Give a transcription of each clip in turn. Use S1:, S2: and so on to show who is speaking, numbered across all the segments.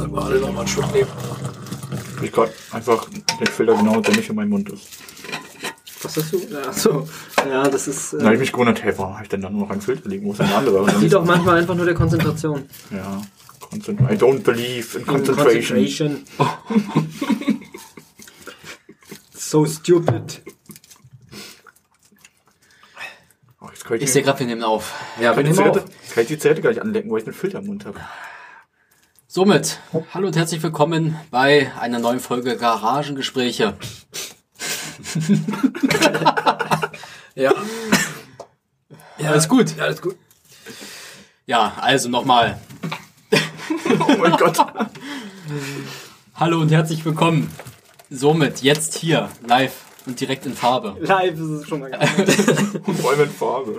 S1: einen Schluck nehmen. Ich kann einfach den Filter genau, der nicht in meinem Mund ist.
S2: Was hast du? Ja, Achso. Ja, das ist.
S1: Da habe
S2: Äh,
S1: ich mich gewundert, hey, warum habe ich denn da nur noch einen Filter liegen? Wo ist denn der andere? Und dann
S2: die
S1: ist-
S2: doch manchmal einfach nur der Konzentration.
S1: Ja, Konzentration. I don't believe in concentration.
S2: Concentration. so stupid.
S1: Oh, jetzt kann ich,
S3: Ich genau.
S1: die-
S3: sehe gerade, wir nehmen auf. Ja, wir
S1: kann ich, die
S3: nehmen auf.
S1: Zigarette, kann ich die Zigarette gar nicht anlecken, weil ich den Filter im Mund habe.
S3: Somit, hallo und herzlich willkommen bei einer neuen Folge Garagengespräche.
S4: Ja,
S3: Ja, alles gut.
S4: alles gut.
S3: Ja, also nochmal.
S1: Oh mein Gott.
S3: Hallo und herzlich willkommen. Somit, jetzt hier, live und direkt in Farbe.
S2: Live ist es schon mal geil.
S1: Vor allem in Farbe.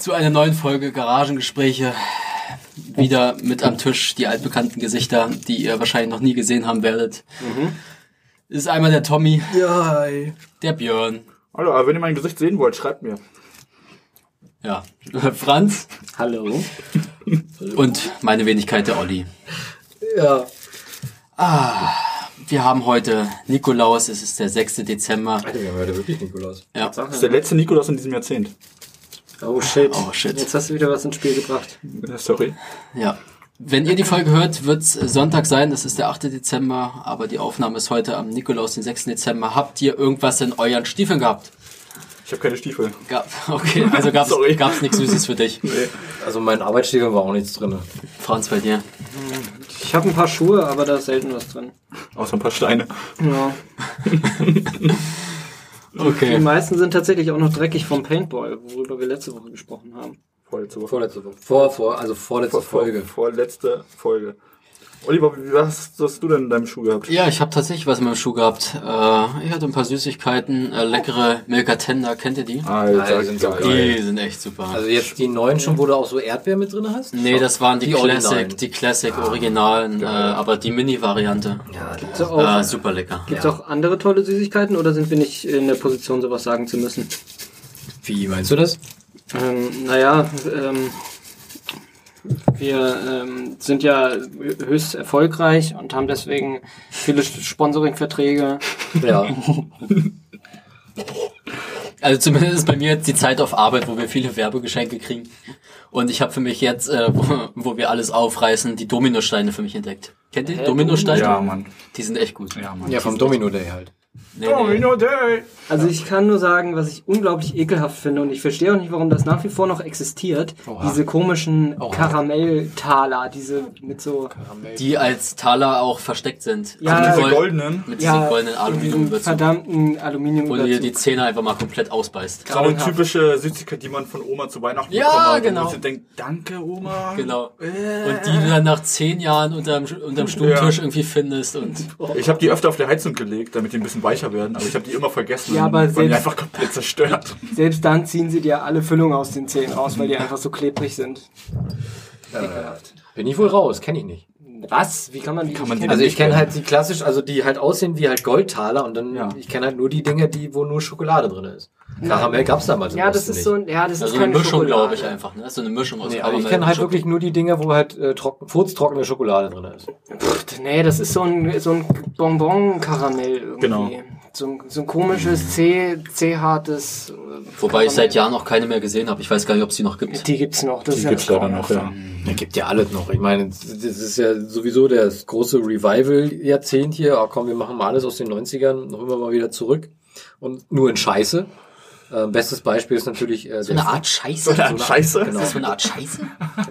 S3: Zu einer neuen Folge Garagengespräche. Wieder mit am Tisch die altbekannten Gesichter, die ihr wahrscheinlich noch nie gesehen haben werdet. Ist einmal der Tommy,
S4: Ja, ey.
S3: der Björn,
S1: Hallo, aber wenn ihr mein Gesicht sehen wollt, schreibt mir.
S3: ja, Franz
S2: Hallo.
S3: und meine Wenigkeit, der Olli.
S4: Ja.
S3: Wir haben heute Nikolaus, es ist der 6. Dezember.
S4: Alter, wir haben heute wirklich Nikolaus.
S3: Ja.
S1: Das ist der letzte Nikolaus in diesem Jahrzehnt.
S2: Oh shit.
S3: Oh, shit.
S2: Jetzt hast du wieder was ins Spiel gebracht.
S1: Ja, Sorry.
S3: ja. Wenn ihr die Folge hört, wird's Sonntag sein, das ist der 8. Dezember, aber die Aufnahme ist heute am Nikolaus, den 6. Dezember. Habt ihr irgendwas in euren Stiefeln gehabt?
S1: Ich habe keine Stiefel.
S3: Gab, okay, also gab's,
S1: Sorry.
S3: gab's nichts Süßes für dich.
S4: Also mein Arbeitsstiefel war auch nichts drin.
S3: Franz, bei dir.
S2: Ich habe ein paar Schuhe, aber da ist selten was drin.
S1: Außer ein paar Steine.
S2: Ja. Die
S3: Okay.
S2: meisten sind tatsächlich auch noch dreckig vom Paintball, worüber wir letzte Woche gesprochen haben.
S1: Vorletzte Woche.
S4: Vorletzte Woche. Vor, vor, also vorletzte Folge.
S1: Vorletzte Folge. Oliver, wie- was hast du denn in deinem Schuh gehabt?
S3: Ja, ich habe tatsächlich was in meinem Schuh gehabt. Äh, ich hatte ein paar Süßigkeiten, äh, leckere Milka Tender, kennt ihr die?
S1: Alter,
S4: Alter, sind so
S1: geil.
S4: geil.
S3: Die sind echt super.
S4: Ah, Also jetzt die neuen schon, wo du auch so Erdbeer mit drin hast?
S3: nee, das waren die,
S4: Die
S3: Classic,
S4: Originalen. Ah,
S3: die Classic Originalen, äh, aber die Mini-Variante.
S4: Ja, das
S2: So, oh, auch,
S3: Äh, super lecker.
S2: Gibt es auch andere tolle Süßigkeiten oder sind wir nicht in der Position, sowas sagen zu müssen?
S4: Wie meinst du das?
S2: Ähm, naja, ähm, wir ähm, sind ja höchst erfolgreich und haben deswegen viele Sponsoringverträge.
S4: Ja.
S3: Also zumindest ist bei mir jetzt die Zeit auf Arbeit, wo wir viele Werbegeschenke kriegen. Und ich habe für mich jetzt, äh, wo, wo wir alles aufreißen, die Dominosteine für mich entdeckt. Kennt ihr die
S2: Hä,
S3: Dominosteine?
S1: Ja, Mann.
S3: Die sind echt gut.
S1: Ja, Mann.
S4: ja, vom Domino Day halt.
S3: Nee, nee.
S1: Domino Day.
S2: Also ich kann nur sagen, was ich unglaublich ekelhaft finde und ich verstehe auch nicht, warum das nach wie vor noch existiert. Diese komischen Karamelltaler, diese mit so
S3: Die als Taler auch versteckt sind. Also
S2: Ja,
S3: mit,
S1: Diese
S3: gold-
S1: goldenen.
S3: mit diesen
S2: ja,
S3: goldenen
S2: diesem
S3: Aluminiumüberzug.
S2: verdammten
S3: Wo du dir
S2: Aluminium
S3: die Zähne einfach mal komplett ausbeißt.
S1: So eine
S2: Grauenhaft.
S1: typische Süßigkeit, die man von Oma zu Weihnachten
S3: Ja,
S1: bekommen hat.
S3: genau.
S1: Und man denkt, danke Oma.
S3: Genau. Und die du dann nach zehn Jahren unterm, unterm Stuhltisch irgendwie findest und
S1: Ich habe die öfter auf der Heizung gelegt, damit die ein bisschen weicher werden, aber ich habe die immer vergessen.
S2: Ja, aber
S1: und waren die
S2: selbst-
S1: einfach komplett zerstört.
S2: Selbst dann ziehen sie dir alle Füllung aus den Zähnen raus, weil die einfach so klebrig sind.
S4: Bin ich wohl raus, kenne ich nicht.
S2: Was? Wie kann man die
S1: kann man die
S2: nicht kennen?
S4: Also ich kenne halt die klassisch, also die halt aussehen wie halt Goldtaler und dann,
S1: Ja.
S4: ich kenne halt nur die Dinger, die, wo nur Schokolade drin ist. Karamell gab's damals im
S2: Ja, das
S4: Osten
S2: ist
S4: nicht.
S2: so ein, ja, das ist
S3: also eine
S2: keine
S3: Mischung,
S2: Schokolade.
S3: glaube ich, einfach. Ne? So eine Mischung aus
S4: Nee, aber
S3: Karamell
S4: ich kenne
S3: und
S4: halt
S3: Schoko-
S4: wirklich nur die Dinger, wo halt äh, trocken, furztrockene Schokolade drin ist.
S2: Pff, nee, das ist so ein, so ein Bonbon-Karamell irgendwie.
S1: Genau.
S2: So ein, so ein komisches, zäh, zähhartes. äh,
S3: Wobei ich seit
S2: Karamell.
S3: Jahren auch keine mehr gesehen habe. Ich weiß gar nicht, ob es die noch gibt.
S2: Die gibt's noch. Das ist ja das Traumhafte.
S4: Da gibt ja alles noch. Ich meine, das ist ja sowieso das große Revival-Jahrzehnt hier. Oh, komm, wir machen mal alles aus den 90ern, noch immer mal wieder zurück. Und nur in Scheiße. Äh, bestes Beispiel ist natürlich äh,
S3: So
S4: der-
S3: eine Art Scheiße? Genau.
S1: So eine
S2: Genau.
S1: Art Scheiße?
S3: Ist das so eine Art Scheiße?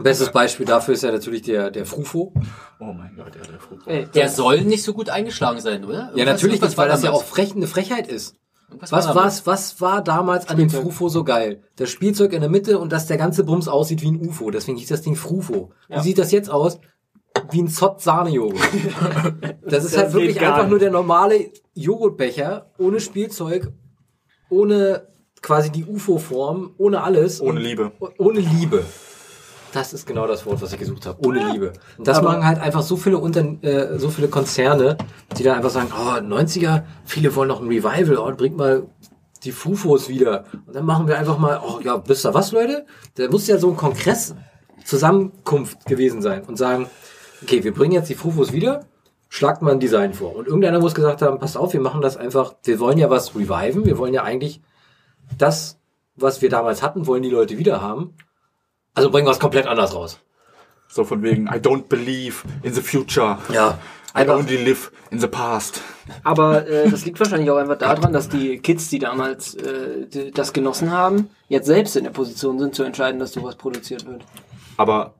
S4: Bestes Beispiel dafür ist ja natürlich der, der Frufo.
S1: Oh mein Gott, ja, der Frucht.
S2: Ey,
S3: Der soll nicht so gut eingeschlagen sein, oder?
S4: Ja, natürlich,
S3: was
S4: nicht, weil das ja auch frech, eine Frechheit ist. Was, was, was war damals an dem
S2: Spielzeug.
S4: Frufo so geil? Das Spielzeug in der Mitte und dass der ganze Bums aussieht wie ein UFO. Deswegen hieß das Ding Frufo. Wie
S2: Ja.
S4: sieht das jetzt aus? Wie ein zott sahne joghurt Das ist
S2: Das
S4: halt wirklich
S2: geht gar
S4: einfach
S2: nicht.
S4: nur der normale Joghurtbecher, ohne Spielzeug, ohne quasi die UFO-Form, ohne alles.
S1: Ohne
S4: Und-
S1: Liebe.
S4: Ohne Liebe. Das ist genau das Wort, was ich gesucht habe. Ohne Liebe. Und das machen halt einfach so viele Unter äh, so viele Konzerne, die dann einfach sagen, oh, 90er, viele wollen noch ein Revival, oh, bringt mal die Fufos wieder. Und dann machen wir einfach mal, oh ja, wisst ihr was, Leute? Da muss ja so ein Kongress, Zusammenkunft gewesen sein und sagen, okay, wir bringen jetzt die Fufos wieder, schlagt man ein Design vor. Und irgendeiner muss gesagt haben, passt auf, wir machen das einfach, wir wollen ja was reviven, wir wollen ja eigentlich das, was wir damals hatten, wollen die Leute wieder haben. Also bringen wir es komplett anders raus.
S1: So von wegen, I don't believe in the future.
S4: Ja.
S1: I only live in the past.
S2: Aber äh, das liegt wahrscheinlich auch einfach daran, dass die Kids, die damals äh, die, das genossen haben, jetzt selbst in der Position sind zu entscheiden, dass sowas produziert wird.
S1: Aber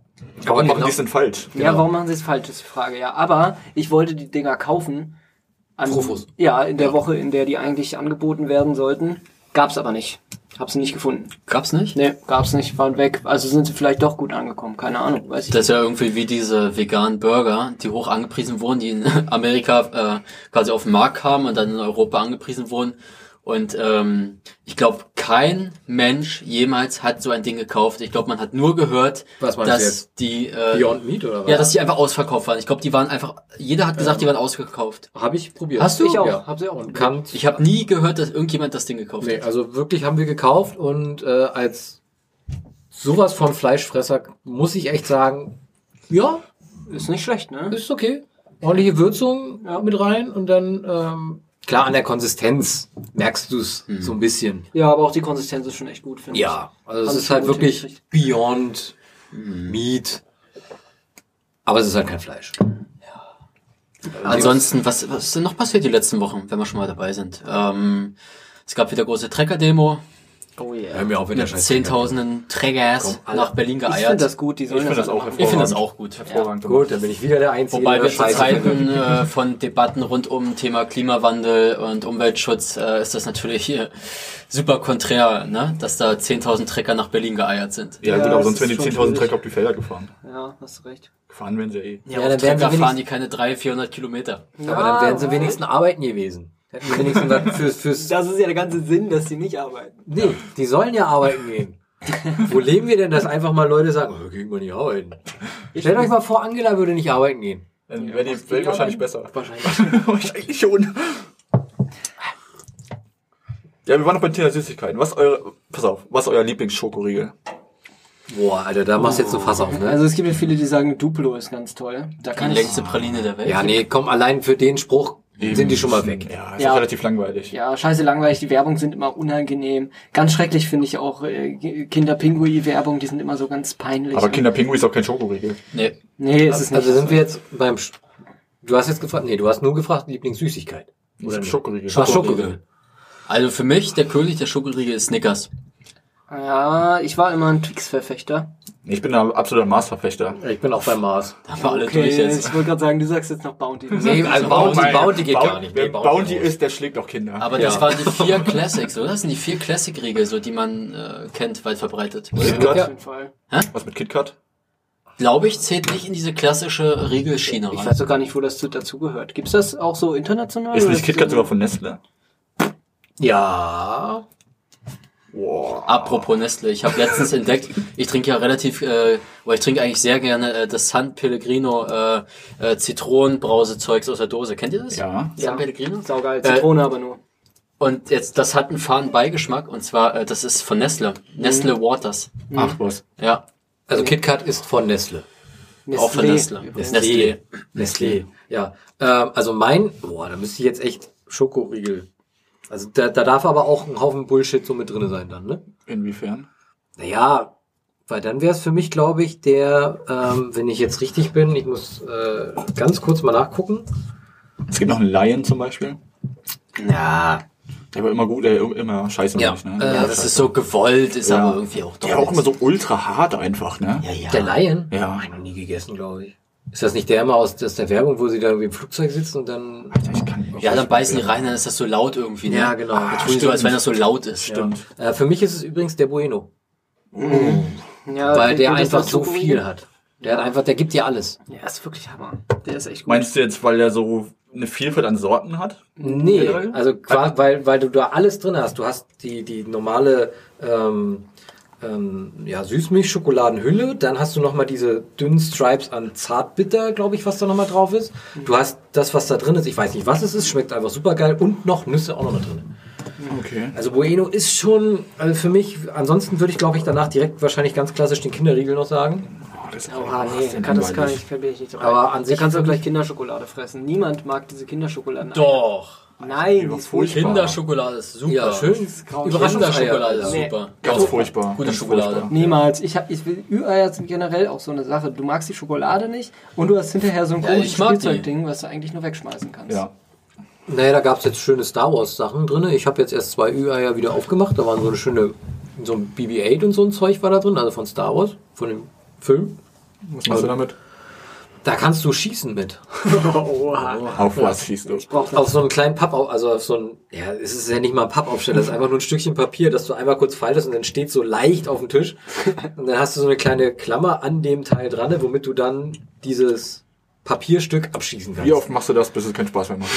S1: warum machen
S4: genau-
S1: die es denn falsch?
S2: Ja, warum machen sie es falsch, ist die Frage, ja. Aber ich wollte die Dinger kaufen. An,
S4: Profos.
S2: Ja, in der Woche, in der die eigentlich angeboten werden sollten. Gab's aber nicht. Hab sie nicht gefunden.
S3: Gab's nicht?
S2: Nee, gab's nicht, waren weg. Also sind sie vielleicht doch gut angekommen. Keine Ahnung, weiß ich
S3: Das ist ja irgendwie wie diese veganen Burger, die hoch angepriesen wurden, die in Amerika äh, quasi auf den Markt kamen und dann in Europa angepriesen wurden. Und ähm, ich glaube, kein Mensch jemals hat so ein Ding gekauft. Ich glaube, man hat nur gehört,
S4: Was meinst du
S3: dass
S4: jetzt?
S3: die äh,
S4: Beyond Meat oder was?
S3: ja, dass die einfach ausverkauft waren. Ich glaube, die waren einfach. Jeder hat gesagt, die waren ausverkauft.
S4: Habe ich probiert.
S3: Hast du?
S2: Ich auch.
S4: Ja.
S2: Hab sie auch.
S4: Und kann,
S3: Ich habe nie gehört, dass irgendjemand das Ding gekauft
S4: nee,
S3: hat.
S4: also wirklich haben wir gekauft und äh, als sowas von Fleischfresser muss ich echt sagen, ja,
S2: Ist nicht schlecht, ne?
S4: ist okay. Ordentliche Würzung
S2: Ja.
S4: mit rein und dann, ähm, klar, an der Konsistenz merkst du es so ein bisschen.
S2: Ja, aber auch die Konsistenz ist schon echt gut, finde ich.
S4: Ja, also es
S2: Haben
S4: ist
S2: sie
S4: halt
S2: gut
S4: wirklich
S2: hingekriegt.
S4: beyond meat. Aber es ist halt kein Fleisch. Also
S3: Ansonsten, was, was ist denn noch passiert die letzten Wochen, wenn wir schon mal dabei sind? Ähm, es gab wieder große Trecker-Demo
S2: Oh
S4: Hör
S2: yeah.
S4: mir auf, wenn der
S3: mit
S4: Scheiß
S3: zehntausenden Treggers
S4: Komm, alle.
S3: nach Berlin
S2: Ich finde
S3: geeiert.
S2: das gut, die sollen
S1: Ich finde das
S2: einfach
S1: auch
S2: machen.
S1: hervorragend.
S3: Ich finde das auch gut.
S1: Hervorragend.
S4: Gut, dann bin ich wieder der Einzige,
S3: Wobei
S4: der
S3: wir zu
S4: Scheiße findet.
S3: Zeiten äh, von Debatten rund um Thema Klimawandel und Umweltschutz äh, ist das natürlich hier super konträr, ne? dass da 10.000 Trecker nach Berlin geeiert sind.
S1: Ja,
S2: Ja,
S1: gut, aber
S2: das
S1: sonst wären
S2: ist
S1: die 10.000
S2: schon schwierig.
S1: Trecker auf die Felder gefahren.
S2: Ja, hast du recht.
S1: Gefahren wären sie eh.
S3: Ja, auf
S4: dann wären wir
S3: Trecker fahren
S4: wenigstens-
S3: die keine 300, 400 Kilometer.
S4: Aber dann wären sie wenigstens arbeiten gewesen. Hätten wir wenigstens was fürs, fürs
S2: Das ist ja der ganze Sinn, dass die nicht arbeiten.
S4: Nee, die sollen ja arbeiten gehen. Wo leben wir denn, dass einfach mal Leute sagen, oh, gehen wir nicht arbeiten? Stellt euch mal vor, Angela würde nicht arbeiten gehen.
S1: Dann wäre die Welt wahrscheinlich besser.
S4: Wahrscheinlich.
S1: wahrscheinlich schon. Ja, wir waren noch bei Thema Süßigkeiten. Was eure, pass auf, was ist euer Lieblingsschokoriegel?
S4: Boah, Alter, da machst du jetzt ein Fass auf, ne?
S2: Also es gibt ja viele, die sagen, Duplo ist ganz toll. Da
S3: Die
S2: kann ich...
S3: längste Praline der Welt.
S4: Ja, nee, komm, allein für den Spruch sind die schon mal weg.
S1: Ja, ist
S2: Ja.
S1: ja. relativ langweilig.
S2: Ja, scheiße langweilig, die Werbung sind immer unangenehm. Ganz schrecklich finde ich auch äh, Kinder-Pinguin-Werbung, die sind immer so ganz peinlich.
S1: Aber Kinderpinguin ist auch kein Schokoriegel.
S3: Nee.
S2: nee, ist es nicht.
S4: Also, also sind wir jetzt beim... Sch du hast jetzt gefragt, nee, du hast nur gefragt, Lieblingssüßigkeit. Oder nicht?
S1: Schokoriegel.
S4: Ach, Schokoriegel.
S3: Also für mich, der König der Schokoriegel ist Snickers.
S2: ja, ich war immer ein Twix-Verfechter.
S1: Ich bin ein absoluter Maßverfechter.
S4: Ich bin auch beim Mars.
S3: Da haben wir alle durch jetzt.
S2: ich wollte gerade sagen, du sagst jetzt noch Bounty.
S4: Nee, also Bounty, Bounty, geht
S1: Bounty,
S4: gar nicht. Nee,
S1: Wer Bounty
S4: raus.
S1: ist, der schlägt auch Kinder.
S3: Aber
S4: Ja.
S3: das waren die vier Classics, oder? Das sind die vier Classic-Riegel, so die man äh, kennt, weit verbreitet.
S1: Kit
S2: auf
S1: Kat?
S2: jeden Fall.
S1: Was mit KitKat?
S3: Glaube ich, zählt nicht in diese klassische Riegelschiene
S2: Ich
S3: rein.
S2: weiß doch gar nicht, wo das zu- dazugehört. Gibt's das auch so international?
S1: Ist
S2: oder
S1: nicht KitKat
S2: so-
S1: sogar von Nestle?
S4: Ja,
S1: Wow.
S3: Apropos Nestle, ich habe letztens entdeckt, ich trinke ja relativ, äh, oder ich trinke eigentlich sehr gerne äh, das San Pellegrino äh, äh, Zitronenbrausezeugs aus der Dose. Kennt ihr das?
S1: Ja.
S3: San Pellegrino?
S2: Saugeil,
S3: Äh,
S2: Zitrone aber nur.
S3: Und jetzt, das hat einen fahren Beigeschmack und zwar, äh, das ist von Nestle. Nestle Waters.
S4: Hm.
S1: Ach was.
S3: Ja,
S4: also KitKat ist von Nestle.
S3: auch von Nestle.
S2: übrigens.
S3: Nestlé.
S4: Nestlé. Ja. Ähm, also mein, boah, da müsste ich jetzt echt Schokoriegel. Also da, da darf aber auch ein Haufen Bullshit so mit drinne sein dann, ne?
S1: Inwiefern?
S4: Naja, weil dann wäre es für mich, glaube ich, der, ähm, wenn ich jetzt richtig bin, ich muss äh, ganz kurz mal nachgucken.
S1: Es gibt noch einen Lion zum Beispiel.
S4: Na.
S1: Der war immer gut, der immer scheiße
S4: Ja.
S1: macht,
S4: Äh,
S1: ne?
S3: Ja, das ist so gewollt, ist
S1: Ja.
S3: aber irgendwie auch
S1: Der war auch immer so ultra hart einfach, ne?
S3: Ja, ja.
S4: Der Lion?
S1: Ja.
S4: Hab ich noch nie gegessen, glaube ich. Ist das nicht der immer aus, aus der Werbung, wo sie da irgendwie im Flugzeug sitzen und dann.
S1: Ich kann
S3: Ja, also dann beißen die rein, dann ist das so laut irgendwie. Ne?
S4: Ja, genau.
S3: Ah, Dann tun die so, als wenn das so laut ist.
S1: Stimmt.
S4: Äh, für mich ist es übrigens der Bueno,
S2: Ja,
S4: weil der
S2: gut, das
S4: einfach
S2: ist
S4: so
S2: Zuckerrohr.
S4: viel hat. Der hat einfach, der gibt dir alles.
S2: Ja, ist wirklich Hammer. Der ist echt gut.
S1: Meinst du jetzt, weil der so eine Vielfalt an Sorten hat?
S4: Nee,
S1: Generell?
S4: also qua- weil, weil du da alles drin hast. Du hast die, die normale ähm, ähm, ja, Süßmilch-Schokoladenhülle, dann hast du nochmal diese dünnen Stripes an Zartbitter, glaube ich, was da nochmal drauf ist. Du hast das, was da drin ist, ich weiß nicht, was es ist, schmeckt einfach super geil und noch Nüsse auch nochmal drin.
S1: Okay.
S4: Also Bueno ist äh, schon also für mich, ansonsten würde ich, glaube ich, danach direkt wahrscheinlich ganz klassisch den Kinderriegel noch sagen.
S1: Oh, das
S2: Oha, ah, nee, kann das kann ich, kann bin ich nicht so rein.
S4: Aber an
S2: Da
S4: sich
S2: kannst du auch gleich Kinderschokolade fressen. Niemand mag diese Kinderschokolade.
S3: Doch.
S2: Nein, die
S1: war
S2: ist furchtbar.
S3: Kinderschokolade ist super.
S4: Ja, schön.
S3: Überraschungsschokolade ist
S2: Nee.
S3: super.
S1: Ganz furchtbar.
S3: Gute
S1: ganz
S3: Schokolade.
S1: furchtbar.
S2: Niemals. Ich, hab, ich will Ü-Eier sind generell auch so eine Sache. Du magst die Schokolade nicht und du hast hinterher so ein
S3: Ja,
S2: komisches
S3: ich mag die.
S2: Spielzeugding, was du eigentlich nur wegschmeißen kannst.
S1: Ja.
S4: Naja, da gab es jetzt schöne Star Wars Sachen drin. Ich habe jetzt erst zwei Ü-Eier wieder aufgemacht. Da waren so eine schöne, so ein BB-8 und so ein Zeug war da drin, also von Star Wars, von dem Film.
S1: Was machst du damit?
S4: Da kannst du schießen mit.
S2: Oha.
S1: Auf was schießt du?
S2: Ich brauch das.
S4: Auf so einen kleinen Papp, also auf so ein, ja, es ist ja nicht mal ein Pappaufsteller, es ist einfach nur ein Stückchen Papier, das du einmal kurz faltest und dann steht so leicht auf dem Tisch. Und dann hast du so eine kleine Klammer an dem Teil dran, womit du dann dieses Papierstück abschießen
S1: Wie
S4: kannst.
S1: oft machst du das, bis es keinen Spaß mehr macht?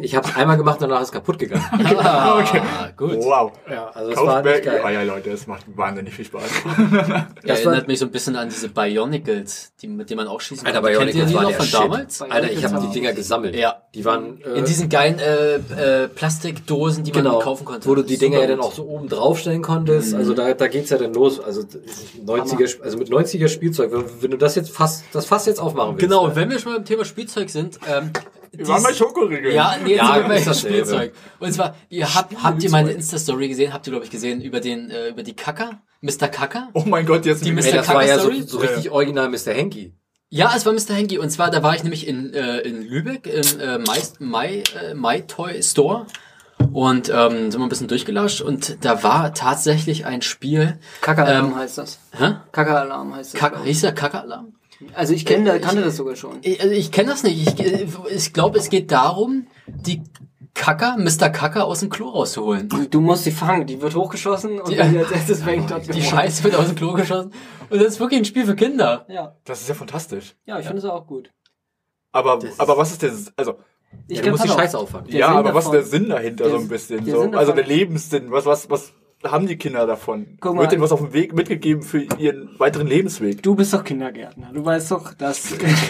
S4: Ich habe es einmal gemacht, danach ist kaputt gegangen.
S3: Ah, gut.
S1: Wow.
S4: Ja, also es war
S1: Kauft mehr
S4: nicht geil.
S1: Eier, Leute. Es macht wahnsinnig viel Spaß.
S4: Das
S3: Erinnert
S4: war-
S3: mich so ein bisschen an diese Bionicles, die, mit denen man auch schießen
S4: Alter,
S3: konnte.
S4: Bionicles
S3: Kennt
S4: war
S3: ihr die
S4: der
S3: noch von
S4: Shit.
S3: damals?
S4: Alter, ich habe die Dinger gesammelt.
S3: Ja.
S4: Die waren äh,
S3: In diesen geilen äh, äh, Plastikdosen, die
S4: genau,
S3: man kaufen konnte.
S4: wo du die Dinger ja
S3: Super
S4: dann
S3: gut. Mhm.
S4: auch so oben draufstellen konntest. Also da, da geht's ja dann los. Also 90er, also mit 90er Spielzeug, wenn, wenn du das jetzt fast, das fast jetzt aufmachen willst.
S3: Genau, wenn wir schon beim Thema Spielzeug sind. Ähm,
S1: Wir waren
S3: dies-
S1: bei Schokoriegel.
S3: Ja, nee, jetzt
S4: Ja,
S3: sind wir bei
S4: ist dasselbe.
S3: Spielzeug. Und zwar, ihr habt, habt ihr meine Insta-Story gesehen? Habt ihr, glaube ich, gesehen über den, äh, über die Kacker? Mr. Kacker?
S1: Oh mein Gott, jetzt
S3: Die
S1: bin ich-
S4: Ey,
S3: Mr.
S4: das war ja so,
S3: Kacker-Story?
S4: so richtig original Mr. Henky.
S3: Ja, es war Mr. Henki. Und zwar, da war ich nämlich in, äh, in Lübeck im äh, My, My, äh, My Toy Store und ähm, sind wir ein bisschen durchgelascht. Und da war tatsächlich ein Spiel.
S2: Kackeralarm
S3: Ähm,
S2: heißt das.
S3: Hä?
S2: Kackeralarm heißt das.
S3: Kack,
S2: glaub ich.
S3: hieß der Kackeralarm?
S2: also ich kenne, kannte das sogar schon.
S3: Ich, also ich kenne das nicht. Ich, äh, ich glaube, es geht darum, die Kacker, Mr. Kacker aus dem Klo rauszuholen.
S2: Du musst sie fangen. Die wird hochgeschossen und
S3: Die-
S2: wenn die als erstes weg, dort
S3: Die Scheiße wird aus dem Klo geschossen. Und das ist wirklich ein Spiel für Kinder.
S2: Ja,
S1: Das ist ja fantastisch.
S2: ja, ich finde es auch gut.
S1: Aber,
S3: Das ist-
S1: aber was ist der, also,
S2: Ich
S4: Ja,
S2: kenn-
S4: du musst die
S2: pass auf.
S4: Scheiße auffangen.
S2: Der
S1: ja,
S2: Sinn
S1: aber was ist der
S2: davon-
S1: Sinn dahinter
S2: der-
S1: so ein bisschen?
S2: der
S1: so?
S2: Sinn
S1: Also
S2: davon-
S1: der Lebenssinn, was, was, was haben die Kinder davon?
S2: Guck mal.
S1: Wird denen was auf dem Weg mitgegeben für ihren weiteren Lebensweg?
S2: Du bist doch Kindergärtner. Du weißt doch, dass äh,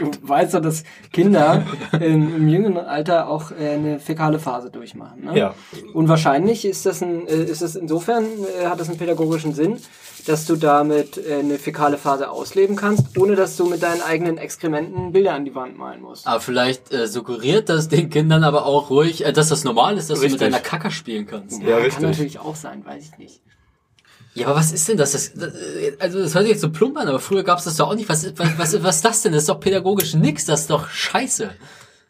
S2: du weißt doch, dass Kinder im, im jüngeren Alter auch äh, eine fäkale Phase durchmachen. Ne?
S1: Ja.
S2: Und wahrscheinlich ist das ein, äh, ist das insofern äh, hat das einen pädagogischen Sinn, dass du damit äh, eine fäkale Phase ausleben kannst, ohne dass du mit deinen eigenen Exkrementen Bilder an die Wand malen musst.
S3: Aber vielleicht äh, suggeriert das den Kindern aber auch ruhig, äh, dass das normal ist, dass du
S1: Richtig.
S3: mit deiner Kacker spielen kannst.
S1: Ja,
S2: Kann
S1: richtig.
S2: natürlich auch sein, weiß ich nicht.
S3: Ja, aber was ist denn das? das das- äh, also das hört sich jetzt so plump an, aber früher gab's das doch auch nicht. Was, ist- was, was, was ist das denn? Das ist doch pädagogisch nix, das ist doch scheiße.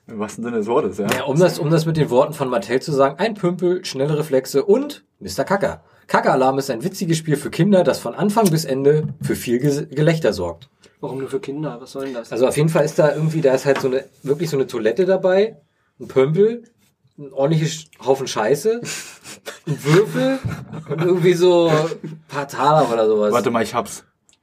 S1: Im wahrsten Sinne des Wortes, ja.
S4: Ja, um das, um das mit den Worten von Mattel zu sagen, ein Pümpel, schnelle Reflexe und Mr. Kacker. Kackeralarm ist ein witziges Spiel für Kinder, das von Anfang bis Ende für viel Ge Gelächter sorgt.
S2: Warum nur für Kinder? Was soll denn das?
S4: Also auf jeden Fall ist da irgendwie, da ist halt so eine, wirklich so eine Toilette dabei, ein Pömpel, ein ordentliches Sch- Haufen Scheiße, ein Würfel und irgendwie so ein paar Taler oder sowas.
S1: Warte mal, ich hab's.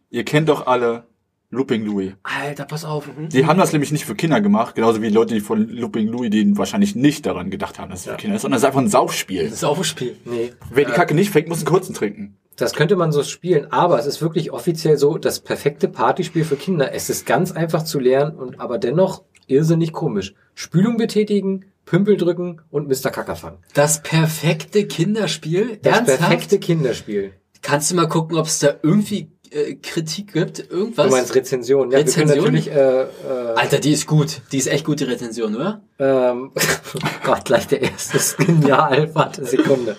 S1: Ihr kennt doch alle Looping Louis.
S3: Alter, pass auf. Mhm.
S1: Die haben das nämlich nicht für Kinder gemacht, genauso wie Leute, die von Looping Louis, die wahrscheinlich nicht daran gedacht haben, dass es für Kinder ist, sondern es ist einfach ein Saufspiel.
S3: Das ist auch ein Spiel.
S4: Nee,
S1: Wer die Kacke nicht fängt, muss einen kurzen trinken.
S4: das könnte man so spielen, aber es ist wirklich offiziell so das perfekte Partyspiel für Kinder. Es ist ganz einfach zu lernen und aber dennoch irrsinnig komisch. Spülung betätigen, Pümpel drücken und Mr. Kacker fangen.
S3: Das perfekte Kinderspiel?
S4: Das
S3: Ernsthaft?
S4: perfekte Kinderspiel.
S3: Kannst du mal gucken, ob es da irgendwie äh, Kritik gibt? Irgendwas?
S4: Du meinst Rezension. Ja,
S3: Rezension?
S4: wir können natürlich äh, äh,
S3: Alter, die ist gut. Die ist echt gut, die Rezension, oder?
S4: Ähm, Gott, gleich der erste ist genial. Warte Sekunde.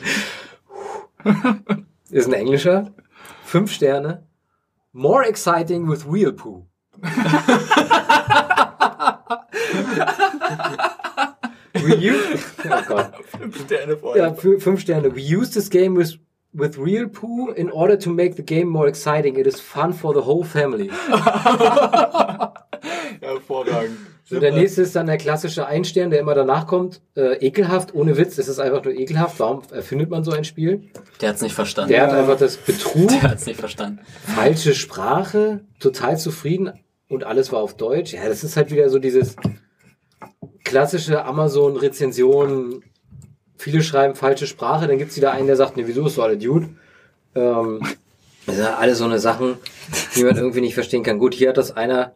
S4: Ist ein englischer. Fünf Sterne. More exciting with real poo. We use, oh Gott. Ja, fü- fünf Sterne. We use this game with, with real poo in order to make the game more exciting. It is fun for the whole family.
S1: Hervorragend.
S4: So, der nächste ist dann der klassische Einstern, der immer danach kommt. Äh, ekelhaft, ohne Witz, es ist einfach nur ekelhaft. Warum erfindet man so ein Spiel?
S3: Der hat's nicht verstanden.
S4: Der hat einfach das Betrug,
S3: Der hat's nicht verstanden.
S4: falsche Sprache, total zufrieden und alles war auf Deutsch. Ja, das ist halt wieder so dieses klassische Amazon-Rezension. Viele schreiben falsche Sprache, dann gibt's wieder einen, der sagt, nee, wieso ist so alle Dude? Ähm, das sind alles so eine Sachen, die man irgendwie nicht verstehen kann. Gut, hier hat das einer.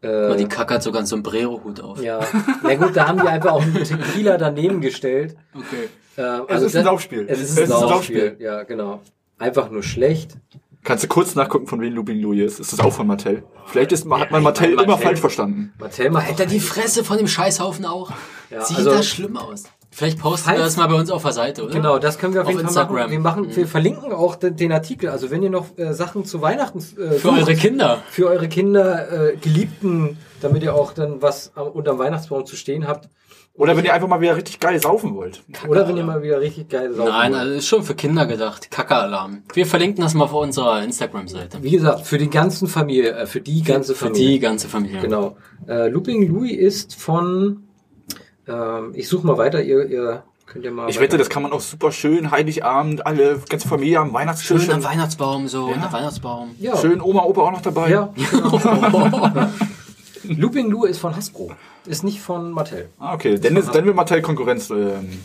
S4: Äh,
S3: Aber die Kacke hat sogar einen Sombrero-Hut auf.
S4: ja, na gut, da haben die einfach auch einen Tequila daneben gestellt.
S3: Okay.
S4: Ähm,
S1: Es ist ein Saufspiel.
S4: Es ist ein Saufspiel.
S1: Saufspiel.
S4: Ja, genau. Einfach nur schlecht.
S1: Kannst du kurz nachgucken, von wem Looping Louis ist? Ist das auch von Mattel? Vielleicht ist, hat man Mattel immer
S4: Mattel-
S1: falsch verstanden.
S4: Mattel macht
S3: Alter, die Fresse von dem Scheißhaufen auch.
S4: Ja,
S3: Sieht
S4: also-
S3: das schlimm aus. Vielleicht posten wir
S4: Falls-
S3: das mal bei uns auf der Seite, oder?
S4: Genau, das können wir auf,
S3: ne? Auf
S4: jeden Fall
S3: Instagram. Mhm.
S4: machen. Wir, machen, wir verlinken auch den, den Artikel. Also wenn ihr noch äh, Sachen zu Weihnachten äh,
S3: Für eure Kinder.
S4: für eure Kinder, äh, Geliebten, damit ihr auch dann was am, unterm Weihnachtsbaum zu stehen habt.
S1: Oder wenn ihr einfach mal wieder richtig geil saufen wollt.
S4: Oder wenn ihr mal wieder richtig geil saufen
S3: Nein,
S4: wollt.
S3: also ist schon für Kinder gedacht. Kacke-Alarm. Wir verlinken das mal auf unserer Instagram-Seite.
S4: Wie gesagt, für die ganzen Familie, äh, für die ganze
S3: Für
S4: Familie.
S3: die ganze Familie.
S4: Genau. Äh, Looping Louis ist von. Ähm, ich suche mal weiter. Ihr, ihr könnt ja mal.
S1: Ich
S4: weiter-
S1: wette, das kann man auch super schön, Heiligabend, alle, ganze Familie am Weihnachtstisch.
S3: Schön am Weihnachtsbaum so,
S1: Ja.
S3: unter Weihnachtsbaum.
S4: Ja.
S1: Schön Oma, Opa auch noch dabei.
S4: Ja. Looping Louis ist von Hasbro. Ist nicht von Mattel.
S1: Ah, okay. Dann, ist, dann will Mattel Konkurrenz. Ähm,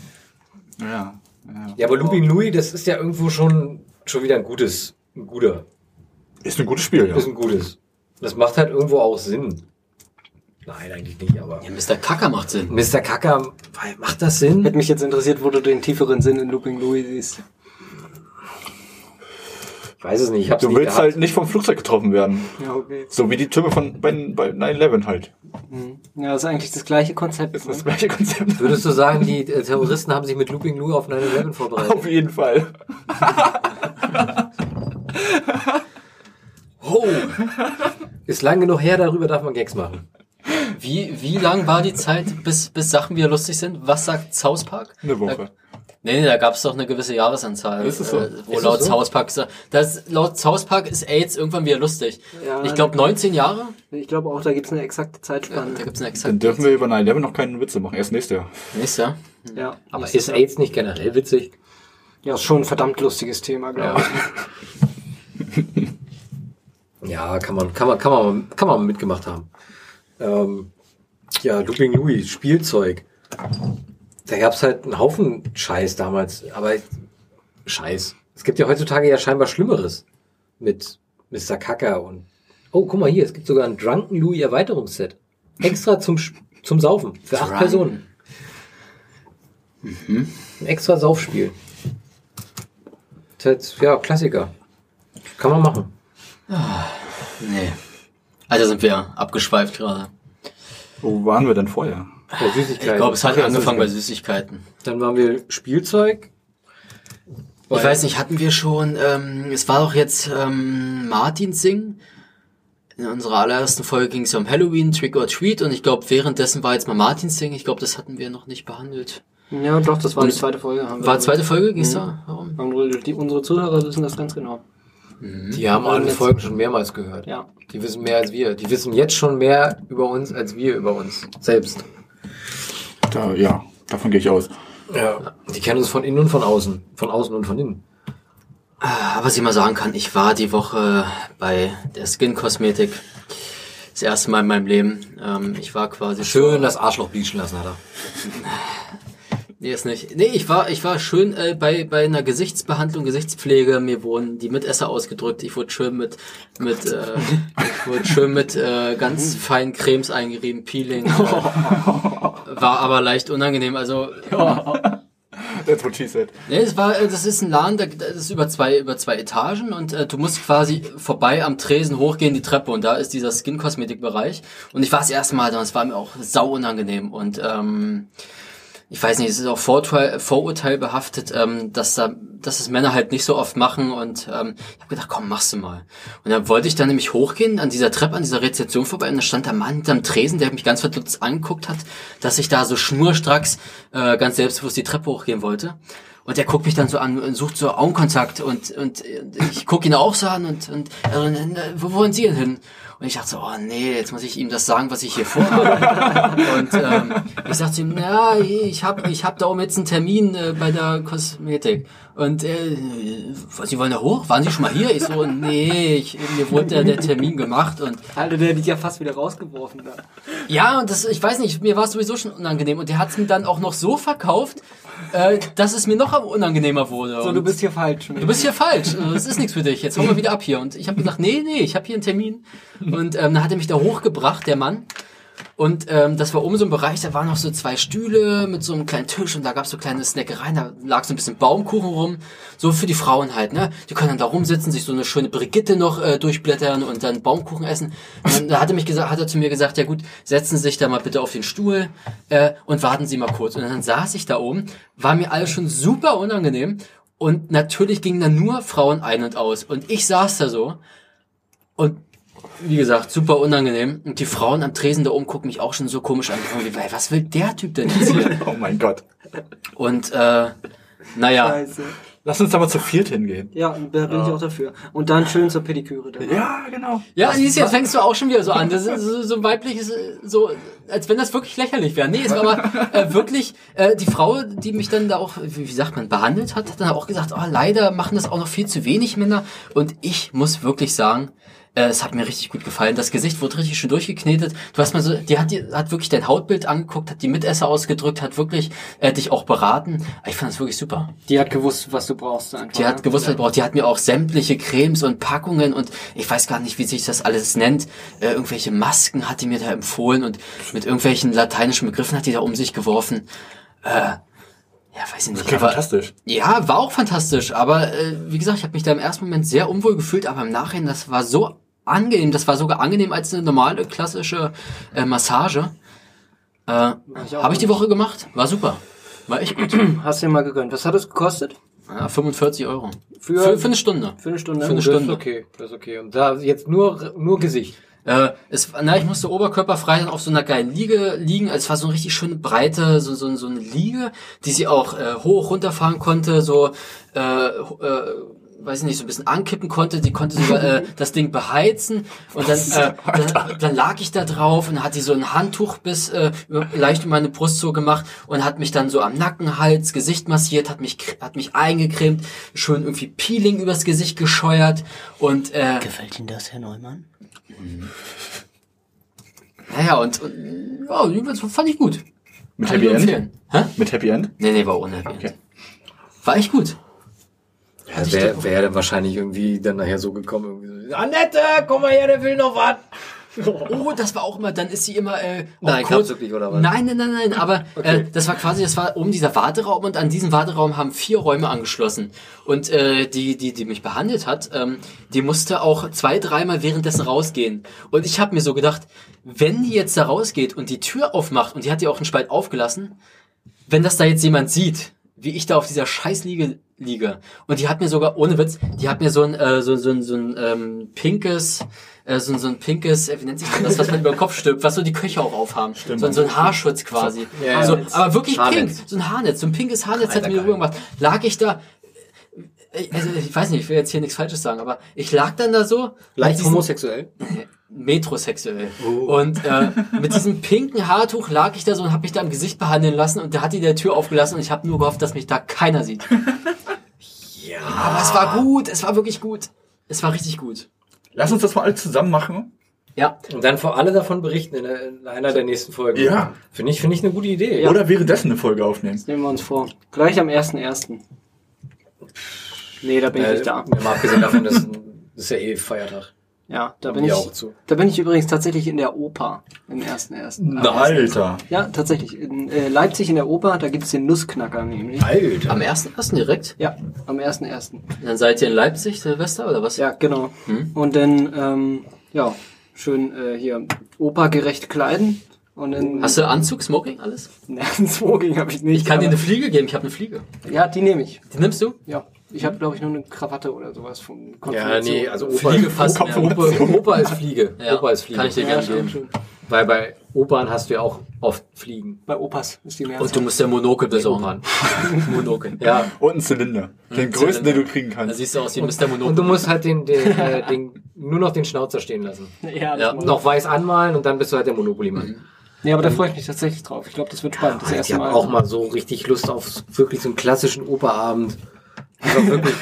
S1: ja. ja.
S4: Ja, aber Looping Louis, das ist ja irgendwo schon, schon wieder ein gutes. Ein guter.
S1: Ist ein gutes Spiel, ja.
S4: Ist ein gutes. Das macht halt irgendwo auch Sinn. Nein, eigentlich nicht, aber.
S3: Ja, Mr. Kacker macht Sinn.
S4: Mr. Kacker, macht das Sinn?
S2: Hätte mich jetzt interessiert, wo du den tieferen Sinn in Looping Louis siehst.
S4: Ich weiß es nicht. Ich hab's
S1: Du
S4: nicht
S1: willst
S4: gehabt.
S1: halt nicht vom Flugzeug getroffen werden.
S2: Ja, okay. Hm.
S1: So wie die Türme von bei, bei 9-11 halt.
S2: Ja, ist eigentlich das gleiche Konzept.
S1: Ist das
S4: Mhm.
S2: Ne?
S1: gleiche Konzept.
S4: Würdest du sagen, die äh, Terroristen haben sich mit Looping Lou auf 9-11 vorbereitet?
S1: Auf jeden Fall.
S3: Oh,
S4: Ist lang genug her, darüber darf man Gags machen.
S3: wie, wie lang war die Zeit, bis, bis Sachen wieder lustig sind? Was sagt South Park?
S1: Eine Woche.
S3: Nee, nee, da gab es doch eine gewisse Jahresanzahl.
S1: Ist es so?
S3: äh, Wo
S4: Ist es
S3: laut
S4: so?
S3: South Park, sa- das, laut South Park ist AIDS irgendwann wieder lustig.
S2: Ja.
S3: ich glaube 19 Jahre?
S2: Ich glaube auch, da gibt es eine exakte
S3: Da
S2: Zeitspanne.
S3: gibt's eine
S1: Dann
S3: exakte.
S1: dürfen wir über 9-11 noch keine Witze machen. Erst nächstes Jahr.
S3: Nächstes Jahr.
S2: Ja.
S4: Aber ist AIDS nicht generell witzig?
S2: Ja, ist schon ein verdammt lustiges Thema, glaube ich.
S4: Ja, kann man, kann man, kann man, kann man mitgemacht haben. Ähm, ja, Looping Louis, Spielzeug. Da gab's halt einen Haufen Scheiß damals, aber Scheiß. Es gibt ja heutzutage ja scheinbar Schlimmeres mit Mr. Kacker und. Oh, guck mal hier, es gibt sogar ein Drunken Louis Erweiterungsset. Extra zum, Sch- zum Saufen. Für acht
S3: Drunken.
S4: Personen. Ein extra Saufspiel. Das heißt, Ja, Klassiker. Kann man machen.
S3: Nee. Alter, Also sind wir abgeschweift gerade.
S1: Wo waren wir denn vorher?
S4: Ja, Süßigkeiten.
S3: Ich glaube, es hat
S1: Ja,
S4: also
S3: angefangen bei Süßigkeiten.
S4: Dann waren wir Spielzeug.
S3: Ich weiß nicht, hatten wir schon, ähm, es war doch jetzt ähm, Martin Singh. In unserer allerersten Folge ging es ja um Halloween, Trick or Treat und ich glaube, währenddessen war jetzt mal Martin Singh. Ich glaube, das hatten wir noch nicht behandelt.
S2: Ja, doch, das war
S3: Und
S2: die zweite Folge. haben wir
S3: War zweite Folge, ging es
S2: Mhm.
S3: da? Warum?
S2: Andere- Die, unsere Zuhörer wissen das ganz genau.
S4: Die haben alle
S2: Letzte-
S4: Folgen schon mehrmals gehört.
S2: Ja.
S4: Die wissen mehr als wir. Die wissen jetzt schon mehr über uns als wir über uns selbst.
S1: Da, ja, davon gehe ich aus.
S4: Ja. Die kennen uns von innen und von außen. Von außen und von innen.
S3: Ah, Was ich mal sagen kann, ich war die Woche bei der Skin Kosmetik. Das erste Mal in meinem Leben. Ähm, ich war quasi
S4: Schön das Arschloch bleachen lassen hat er.
S3: Nee, ist nicht. Nee, ich war, ich war schön äh, bei, bei einer Gesichtsbehandlung, Gesichtspflege. Mir wurden die Mitesser ausgedrückt. Ich wurde schön mit, mit, äh, ich wurde schön mit äh, ganz feinen Cremes eingerieben, Peeling. Äh, war aber leicht unangenehm. Also,
S1: That's what she said.
S3: nee, es war, äh, das ist ein Laden, da- das ist über zwei, über zwei Etagen und äh, du musst quasi vorbei am Tresen hochgehen, die Treppe und da ist dieser Skin-Kosmetik-Bereich. Und ich war das erste Mal da und es war mir auch sau unangenehm und, ähm, ich weiß nicht, es ist auch Vorurteil, Vorurteil behaftet, ähm, dass da, dass es Männer halt nicht so oft machen und ähm, ich habe gedacht, komm, machst du mal. Und dann wollte ich dann nämlich hochgehen an dieser Treppe, an dieser Rezeption vorbei und da stand der Mann hinterm Tresen, der mich ganz verdutzt angeguckt hat, dass ich da so schnurstracks äh, ganz selbstbewusst die Treppe hochgehen wollte. Und der guckt mich dann so an und sucht so Augenkontakt und, und äh, ich gucke ihn auch so an und, und äh, wo wollen Sie denn hin? Und ich dachte so, oh nee, jetzt muss ich ihm das sagen, was ich hier vorhabe. Und ähm, ich sagte ihm, na, ich hab, ich hab da oben jetzt einen Termin äh, bei der Kosmetik. Und äh, was, Sie wollen da hoch? Waren Sie schon mal hier? Ich so, nee, ich, mir wurde ja der Termin gemacht und
S2: Alter, der wird ja fast wieder rausgeworfen da.
S3: ja, und das, ich weiß nicht, mir war es sowieso schon unangenehm und der hat es mir dann auch noch so verkauft, äh, dass es mir noch unangenehmer wurde.
S2: So,
S3: und
S2: du bist hier falsch.
S3: Du bist hier falsch. Äh, Es ist nichts für dich. Jetzt hau mal wieder ab hier. Und ich habe gesagt, nee, nee, ich habe hier einen Termin. Und ähm, dann hat er mich da hochgebracht, der Mann. Und ähm, das war oben so ein Bereich, da waren noch so zwei Stühle mit so einem kleinen Tisch und da gab's so kleine Snackereien, da lag so ein bisschen Baumkuchen rum. So für die Frauen halt, ne? Die können dann da rumsitzen, sich so eine schöne Brigitte noch äh, durchblättern und dann Baumkuchen essen. Und dann hat er, mich gesagt, hat er zu mir gesagt, ja gut, setzen Sie sich da mal bitte auf den Stuhl äh, und warten Sie mal kurz. Und dann saß ich da oben, war mir alles schon super unangenehm und natürlich gingen dann nur Frauen ein und aus. Und ich saß da so und wie gesagt, super unangenehm. Und die Frauen am Tresen da oben gucken mich auch schon so komisch an. Von Wie, "Ey, was will der Typ denn jetzt hier?
S1: Oh mein Gott.
S3: Und äh, naja,
S2: Scheiße.
S1: Lass uns da mal zu viert hingehen.
S2: Ja, da bin ich auch dafür. Und dann schön zur Pediküre. Dann.
S1: Ja, genau.
S3: ja, siehst du, jetzt fängst du auch schon wieder so an. Das ist so, so ein weibliches, äh, so, als wenn das wirklich lächerlich wäre. Nee, es war aber äh, wirklich, äh, die Frau, die mich dann da auch, wie, wie sagt man, behandelt hat, hat dann auch gesagt, oh, leider machen das auch noch viel zu wenig Männer. Und ich muss wirklich sagen, äh, es hat mir richtig gut gefallen. Das Gesicht wurde richtig schön durchgeknetet. Du hast mal so, die hat, die, hat wirklich dein Hautbild angeguckt, hat die Mitesser ausgedrückt, hat wirklich äh, dich auch beraten. Ich fand es wirklich super.
S2: Die hat gewusst, was du brauchst. Einfach,
S3: Die
S2: ne?
S3: hat gewusst, was braucht. Die hat mir auch sämtliche Cremes und Packungen und ich weiß gar nicht, wie sich das alles nennt. Äh, irgendwelche Masken hat die mir da empfohlen und mit irgendwelchen lateinischen Begriffen hat die da um sich geworfen. Äh, ja, weiß ich nicht.
S1: Okay,
S3: Aber,
S1: fantastisch.
S3: ja, war auch fantastisch. Aber äh, wie gesagt, ich habe mich da im ersten Moment sehr unwohl gefühlt, aber im Nachhinein, das war so angenehm. Das war sogar angenehm als eine normale klassische äh, Massage. Äh,
S2: ich auch
S3: habe ich die Woche gemacht. War super. War echt gut.
S2: Hast du dir mal gegönnt. Was hat es gekostet?
S3: Ja, 45 Euro.
S2: Für-
S3: Für, für, eine Stunde.
S2: Für eine Stunde?
S3: Für eine
S2: Das
S4: Das ist
S3: Stunde.
S4: okay, das ist okay. Und da jetzt nur, nur Gesicht.
S3: Äh, es, na, ich musste oberkörperfrei dann auf so einer geilen Liege liegen. Also es war so eine richtig schöne Breite, so, so, so eine Liege, die sie auch äh, hoch runterfahren konnte, so, äh, ho- äh, weiß ich nicht, so ein bisschen ankippen konnte. Die konnte sogar äh, das Ding beheizen. Und dann, äh, dann, dann lag ich da drauf und hat die so ein Handtuch bis äh, über- leicht um meine Brust so gemacht und hat mich dann so am Nacken, Hals, Gesicht massiert, hat mich, cre- hat mich eingecremt, schön irgendwie Peeling übers Gesicht gescheuert und äh,
S5: Gefällt Ihnen das, Herr Neumann?
S3: Naja, und, und ja, jedenfalls fand ich gut.
S1: Mit
S3: Kann
S1: Happy
S3: ich nur
S1: End?
S3: empfehlen. Hä?
S1: Mit Happy End?
S3: Nee, nee, war ohne Happy End.
S1: Okay.
S3: War echt gut.
S4: Ja, Wäre wär dann wahrscheinlich irgendwie dann nachher so gekommen. Irgendwie so, Annette, komm mal her, der will noch was.
S3: Oh, das war auch immer, dann ist sie immer äh, auch
S4: Nein,
S3: kurz-
S4: gab's wirklich, oder was?
S3: Nein, nein, nein, nein, aber äh, das war quasi, das war oben dieser Warteraum und an diesen Warteraum haben vier Räume angeschlossen. Und äh, die, die, die mich behandelt hat, ähm, die musste auch zwei, dreimal währenddessen rausgehen. Und ich habe mir so gedacht, wenn die jetzt da rausgeht und die Tür aufmacht, und die hat ja auch einen Spalt aufgelassen, wenn das da jetzt jemand sieht, wie ich da auf dieser Scheißliege liege, und die hat mir sogar, ohne Witz, die hat mir so ein, äh, so, so, ein- so ein ähm, pinkes, äh, so, ein- so ein pinkes, äh, wie nennt sich denn das, was man über den Kopf stülpt, was so die Köche auch aufhaben. So, ein- so ein Haarschutz quasi.
S4: Ja, ja.
S3: so, aber wirklich pink,
S4: Haarnetz.
S3: so ein Haarnetz, so ein pinkes Haarnetz hat
S4: Alter,
S3: mir
S4: geil.
S3: rüber gemacht. Lag ich da, äh, also ich weiß nicht, ich will jetzt hier nichts Falsches sagen, aber ich lag dann da so. mit
S4: Leicht
S3: diesen-
S4: homosexuell.
S3: metrosexuell. Und äh, mit diesem pinken Haartuch lag ich da so und habe mich da im Gesicht behandeln lassen und da hat die der Tür aufgelassen und ich habe nur gehofft, dass mich da keiner sieht.
S4: Ja.
S3: Aber es war gut, es war wirklich gut. Es war richtig gut.
S1: Lass uns das mal alle zusammen machen.
S3: Ja,
S4: Und dann vor alle davon berichten in, in einer der nächsten Folgen.
S1: Ja.
S4: Finde ich, finde ich eine gute Idee.
S1: Oder währenddessen eine Folge aufnehmen.
S2: Nehmen wir uns vor. Gleich am 1.1. Nee, da bin ich
S4: Äh,
S2: nicht da.
S4: Mal abgesehen davon, das ist ja eh Feiertag.
S2: Ja, da
S4: Haben
S2: bin
S4: wir
S2: ich.
S4: auch zu.
S2: Da bin ich übrigens tatsächlich in der Oper im 1.1.
S1: Na,
S2: Am 1.1..
S1: Alter.
S2: Ja, tatsächlich. In äh, Leipzig in der Oper, da gibt's den Nussknacker nämlich.
S4: Alter.
S3: am 1.1. direkt.
S2: Ja, am 1.1.
S3: Dann seid ihr in Leipzig, Silvester oder was?
S2: Ja, genau. Und dann, ähm, ja, schön äh, hier opergerecht kleiden. Und dann.
S3: Hast du Anzug, Smoking, alles?
S2: Smoking habe ich nicht.
S3: Ich kann dir
S2: aber-
S3: eine Fliege geben, ich habe eine Fliege.
S2: Ja, die nehme ich.
S3: Die nimmst du?
S2: Ja. Ich habe, glaube ich, nur eine Krawatte oder sowas von
S4: Ja,
S2: Konfirmation.
S4: nee, also Opa,
S3: Fliege fast.
S1: Opa-
S3: mehr.
S4: Opa, Opa ist Fliege.
S3: Ja,
S4: Opa ist Fliege.
S3: kann ich dir
S2: Ja,
S3: gerne
S2: stimmt,
S3: geben.
S2: stimmt.
S4: Weil bei Opern hast du ja auch oft Fliegen.
S2: Bei Opas ist die Mehrzahl.
S3: Und du musst ja Monokel besorgen. Monokel.
S4: Also Ja.
S1: Und einen Zylinder. Den größten, den du kriegen
S3: Hm, Da
S1: kannst.
S3: siehst du aus wie Mr. Monokel.
S4: Und du musst halt den, den, äh, den, nur noch den Schnauzer stehen lassen.
S2: Ja,
S3: Ja,
S2: das muss-
S4: Noch weiß anmalen und dann bist du halt der Monopoly-Mann.
S2: Nee, aber da freue ich mich tatsächlich drauf. Ich glaube, das wird spannend. Das
S4: Ich
S2: erste
S4: habe
S2: Mal.
S4: auch mal so richtig Lust auf wirklich so einen klassischen Operabend. Einfach wirklich,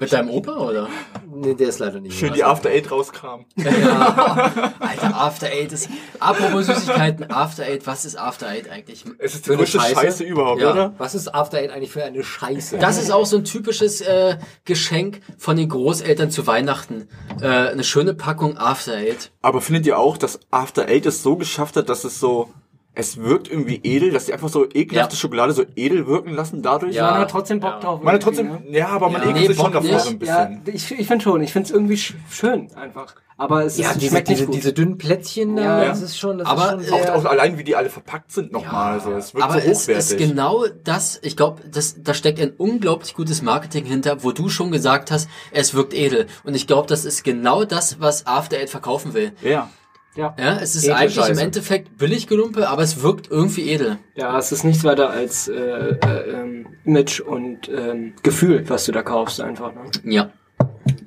S3: Mit deinem Opa, oder?
S4: Nee, der ist leider nicht.
S1: Schön
S4: mehr.
S1: die After Eight rauskramen.
S3: Ja. Alter, After Eight ist. Apropos Süßigkeiten, After Eight, was ist After Eight eigentlich?
S1: Es ist die
S4: Für eine
S1: größte Scheiße,
S4: Scheiße?
S1: überhaupt,
S3: Ja.
S1: oder?
S4: Was ist After Eight eigentlich für eine Scheiße?
S3: Das ist auch so ein typisches äh, Geschenk von den Großeltern zu Weihnachten. Äh, eine schöne Packung After Eight.
S1: Aber findet ihr auch, dass After Eight es so geschafft hat, dass es so, es wirkt irgendwie edel, dass sie einfach so ekelhafte
S3: Ja.
S1: Schokolade so edel wirken lassen dadurch?
S3: Ja.
S2: Man hat trotzdem Bock drauf.
S1: Ich meine
S2: irgendwie, ne?
S1: trotzdem, ja, aber man
S3: Ja.
S1: ekelt
S3: Nee,
S1: sich schon
S3: Bock
S1: davor
S3: nicht.
S1: so ein
S2: Ja,
S1: bisschen.
S2: ja ich, ich finde schon. Ich finde es irgendwie sch schön einfach. Aber es,
S4: ja,
S2: ist,
S4: diese,
S2: schmeckt nicht
S4: diese,
S2: gut.
S4: diese dünnen Plättchen da,
S2: Ja.
S4: das ist schon, das
S3: Aber,
S4: ist
S3: äh,
S4: schon
S1: Auch,
S4: sehr,
S1: auch allein, wie die alle verpackt sind nochmal, so, es wirkt
S3: Aber
S1: so
S3: es
S1: hochwertig.
S3: ist genau das, ich glaube, das, da steckt ein unglaublich gutes Marketing hinter, wo du schon gesagt hast, es wirkt edel. Und ich glaube, das ist genau das, was After Eight verkaufen will.
S1: ja.
S2: ja.
S3: Ja, es ist
S4: Edle
S3: eigentlich im
S4: Scheiße.
S3: Endeffekt billig Gelumpe, aber es wirkt irgendwie edel.
S2: ja, es ist nichts weiter als äh, äh, ähm, Image und ähm, Gefühl, was du da kaufst einfach. Ne?
S3: Ja.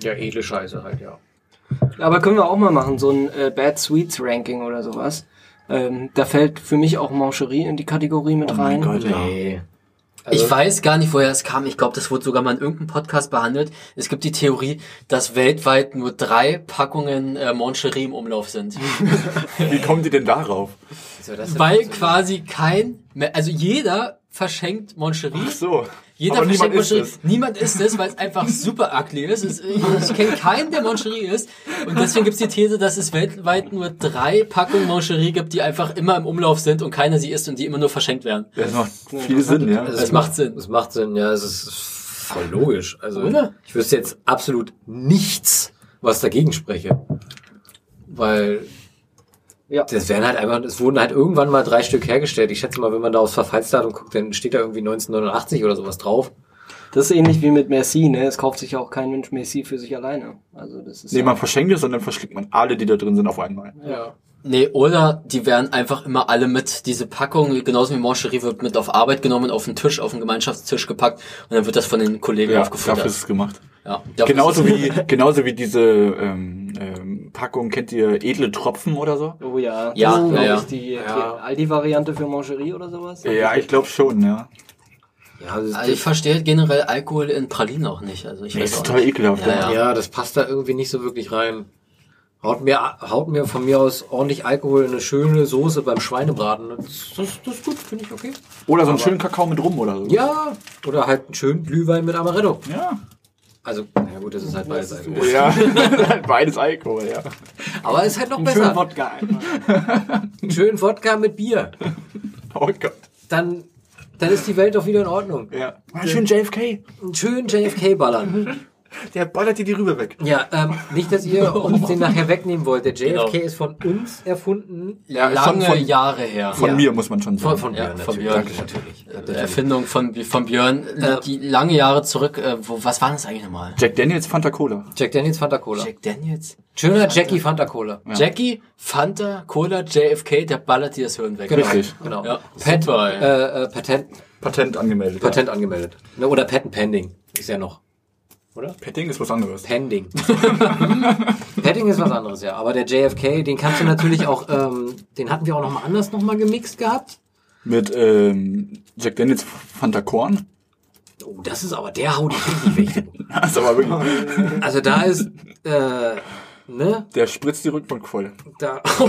S4: ja, edle Scheiße halt, ja.
S2: Aber können wir auch mal machen, so ein äh, Bad Sweets Ranking oder sowas. Ähm, da fällt für mich auch Mancherie in die Kategorie
S4: Oh
S2: mit rein.
S4: Nee.
S1: Also
S3: ich weiß gar nicht, woher es kam. Ich glaube, das wurde sogar mal in irgendeinem Podcast behandelt. Es gibt die Theorie, dass weltweit nur drei Packungen äh, Moncherie im Umlauf sind.
S1: Hm. Wie kommen die denn darauf?
S4: Also das ist-
S3: Weil quasi kein, mehr, also jeder verschenkt Moncherie.
S1: Ach so.
S3: Jeder
S1: aber niemand
S3: verschenkt
S1: ist
S3: Moncherie.
S1: es.
S3: Niemand ist es, weil es einfach super ugly ist. Es, ich ich kenne keinen, der Moncherie ist. Und deswegen gibt's die These, dass es weltweit nur drei Packungen Moncherie gibt, die einfach immer im Umlauf sind und keiner sie isst und die immer nur verschenkt werden.
S1: Das macht viel Sinn, ja.
S4: Also
S3: Das
S4: es
S3: macht Sinn.
S4: Es macht Sinn, ja, es ist voll logisch. Also
S3: Oder?
S4: ich wüsste jetzt absolut nichts, was dagegen spreche. Weil
S2: Ja.
S4: das werden halt einfach, es wurden halt irgendwann mal drei Stück hergestellt. Ich schätze mal, wenn man da aufs Verfallsdatum guckt, dann steht da irgendwie 1989 oder sowas drauf.
S2: Das ist ähnlich wie mit Merci, ne? Es kauft sich ja auch kein Mensch Merci für sich alleine. Also das ist
S1: Nee,
S2: ja-
S1: man verschenkt es und dann verschlägt man alle, die da drin sind, auf einmal.
S4: Ja.
S3: Nee, oder die werden einfach immer alle mit, diese Packung, genauso wie Moncherie, wird mit auf Arbeit genommen, auf den Tisch, auf den Gemeinschaftstisch gepackt und dann wird das von den Kollegen
S1: Ja, dafür ist
S3: aufgefuttert.
S1: es gemacht.
S3: Ja, dafür
S1: Genauso
S3: ist es-
S1: wie, genauso wie diese ähm, ähm, Packung, kennt ihr edle Tropfen oder so?
S2: Oh
S3: Ja,
S2: ja, das ist,
S3: ja,
S2: glaub
S3: ja.
S2: ich, die,
S4: Ja.
S2: die Aldi-Variante für Mancherie oder sowas.
S1: Ja, ich glaube schon, ja.
S4: Ja, das,
S3: Also ich verstehe generell Alkohol in Pralinen auch nicht. Also ich
S1: Nee,
S3: weiß
S1: ist
S3: auch
S1: total
S3: nicht.
S1: ekelhaft.
S3: Ja, ja.
S4: ja, das passt da irgendwie nicht so wirklich rein. Haut mir, haut mir von mir aus ordentlich Alkohol in eine schöne Soße beim Schweinebraten. Das, das, das ist gut, finde ich okay.
S1: Oder so einen schönen Kakao mit rum oder so.
S4: Ja, oder halt einen schönen Glühwein mit Amaretto.
S1: Ja.
S4: Also, na gut, das ist halt beides Alkohol.
S1: Ja. Beides Alkohol, ja.
S4: Aber es ist halt noch
S2: Einen schönen
S4: besser.
S2: Wodka einfach.
S4: Einen schönen Wodka mit Bier.
S1: Oh Gott.
S4: Dann, dann ist die Welt doch wieder in Ordnung.
S1: Ja. Mal schön JFK.
S4: Einen schönen JFK-Ballern.
S1: Der ballert dir die Rübe weg.
S4: Ja, ähm, nicht, dass ihr uns den nachher wegnehmen wollt. Der
S3: Genau.
S4: JFK ist von uns erfunden.
S1: Ja, ist schon
S3: Lange
S1: von-
S3: Jahre her.
S1: Von mir muss man schon
S3: Ja,
S1: sagen.
S3: von
S4: natürlich.
S3: Björn.
S4: Danke, natürlich.
S3: Erfindung von, von Björn, Äh, die lange Jahre zurück. Äh, wo, was war das eigentlich nochmal?
S1: Jack Daniels Fanta Cola.
S4: Jack Daniels Fanta Cola.
S3: Jack Daniels?
S4: Schöner Jackie Fanta Cola.
S3: Jackie, Fanta, Cola, JFK, der ballert dir das Hirn weg.
S4: Genau.
S1: Richtig.
S4: Genau.
S3: Ja,
S4: Pat,
S3: super, ey.
S4: äh, äh, Patent,
S1: Patent angemeldet.
S4: Patent angemeldet. Ne, Oder Patent Pending. Ist ja noch.
S1: Petting ist was anderes.
S4: Pending. Padding ist was anderes, ja. Aber der JFK, den kannst du natürlich auch, ähm, den hatten wir auch nochmal anders nochmal gemixt gehabt.
S1: Mit ähm, Jack Daniels Fanta Korn.
S4: Oh, das ist aber, der haut dich richtig weg.
S1: Das ist aber wirklich.
S4: Also da ist, äh, ne,
S1: Der spritzt die Rückbank voll.
S4: da.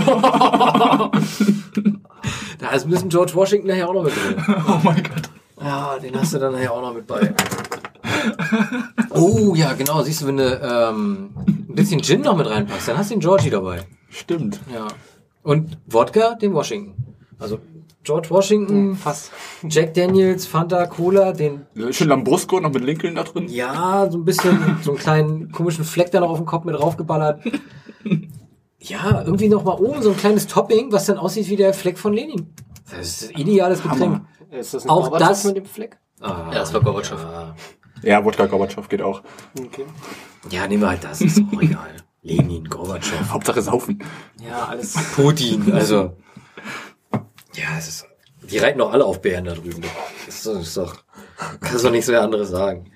S4: da ist ein bisschen George Washington nachher auch noch mit drin.
S1: Oh mein Gott.
S4: Ja, den hast du dann nachher auch noch mit bei. Oh, ja, genau. Siehst du, wenn du ähm, ein bisschen Gin noch mit reinpackst, dann hast du den Georgie dabei.
S1: Stimmt.
S4: Ja. Und Wodka, den Washington. Also George Washington,
S2: Fast.
S4: Jack Daniels, Fanta, Cola, den,
S1: Schön Lambrusco noch mit Lincoln da drin.
S4: ja, so ein bisschen, so einen kleinen komischen Fleck da noch auf dem Kopf mit raufgeballert. Ja, irgendwie noch mal oben so ein kleines Topping, was dann aussieht wie der Fleck von Lenin. Das ist ein ideales Getränk.
S1: Hammer.
S2: Ist das
S4: Auch
S2: Gorbatschow
S4: das-
S2: mit dem Fleck?
S4: Ah,
S3: Ja, das war Gorbatschow.
S4: Ja.
S1: Ja, Wodka Gorbatschow geht auch.
S2: Okay.
S4: ja, nehmen wir halt das, ist auch egal. Lenin, Gorbatschow,
S1: Hauptsache saufen.
S2: Ja, alles.
S4: Putin, also. Ja, es ist, die reiten doch alle auf Bären da drüben. Das ist doch, das ist doch, kannst doch nichts mehr anderes sagen.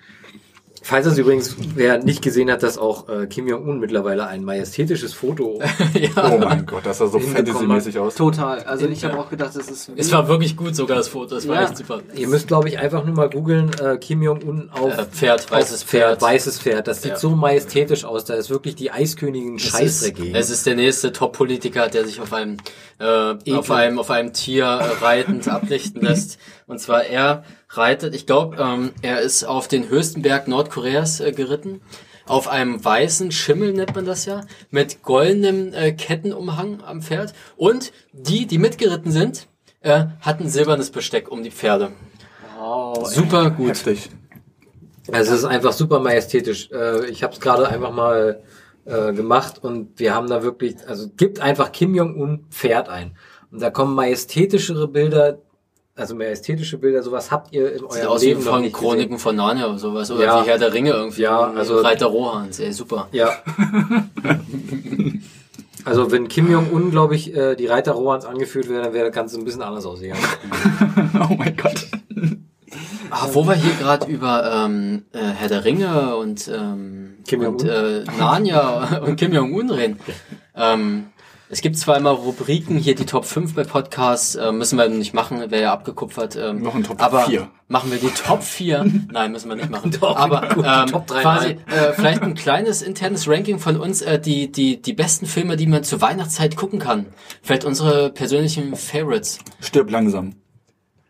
S4: Falls das übrigens, wer nicht gesehen hat, dass auch äh, Kim Jong-un mittlerweile ein majestätisches Foto
S3: ja.
S1: Oh mein Gott, das sah so
S4: Hinbekommen
S1: fantasymäßig aus.
S2: Total. Also ich habe auch gedacht, das ist.
S3: Es war wirklich gut sogar das Foto, es war
S2: Ja.
S3: echt super.
S4: Ihr müsst, glaube ich, einfach nur mal googeln, äh, Kim Jong-un auf
S3: Äh, Pferd, weißes
S4: auf
S3: Pferd.
S4: weißes Pferd. Das sieht
S3: Ja.
S4: so majestätisch aus. Da ist wirklich die Eiskönigin
S3: Es
S4: Scheiß
S3: ist,
S4: dagegen.
S3: es ist der nächste Top-Politiker, der sich auf einem, äh, auf einem, auf einem Tier äh, reitend ablichten lässt. Und zwar er reitet, ich glaube, ähm, er ist auf den höchsten Berg Nordkoreas äh, geritten. Auf einem weißen Schimmel nennt man das ja, mit goldenem äh, Kettenumhang am Pferd. Und die, die mitgeritten sind, äh, hatten silbernes Besteck um die Pferde. Super gut.
S1: Heftig.
S4: Also es ist einfach super majestätisch. Äh, ich habe es gerade einfach mal äh, gemacht und wir haben da wirklich, also gibt einfach Kim Jong-un Pferd ein. Und da kommen majestätischere Bilder, also majestätische Bilder, sowas habt ihr in
S3: Sieht
S4: eurem
S3: aus wie
S4: Leben noch
S3: von
S4: nicht
S3: Chroniken
S4: gesehen.
S3: von Narnia oder sowas. Oder
S4: Ja.
S3: wie Herr der Ringe irgendwie.
S4: Ja, also-
S3: Reiter Rohans, ey, super.
S4: Ja. Also wenn Kim Jong-un, glaube ich, äh, die Reiter Rohans angeführt wäre, dann wäre das Ganze ein bisschen anders ausgegangen.
S1: Oh mein Gott.
S3: Ah, wo wir hier gerade über ähm, äh, Herr der Ringe und, ähm,
S4: Kim
S3: und
S4: Jong-un.
S3: äh, Narnia und Kim Jong-un reden. Ähm, es gibt zwar immer Rubriken, hier die Top 5 bei Podcasts, äh, müssen wir nicht machen, wäre ja abgekupfert. Ähm,
S1: Noch ein Top
S3: aber
S1: 4.
S3: Machen wir die Top 4? Nein, müssen wir nicht machen.
S4: Doch,
S3: aber
S4: gut, die
S3: ähm,
S4: Top drei
S3: quasi äh, vielleicht ein kleines internes Ranking von uns, äh, die, die, die besten Filme, die man zur Weihnachtszeit gucken kann. Vielleicht unsere persönlichen Favorites.
S1: Stirb langsam.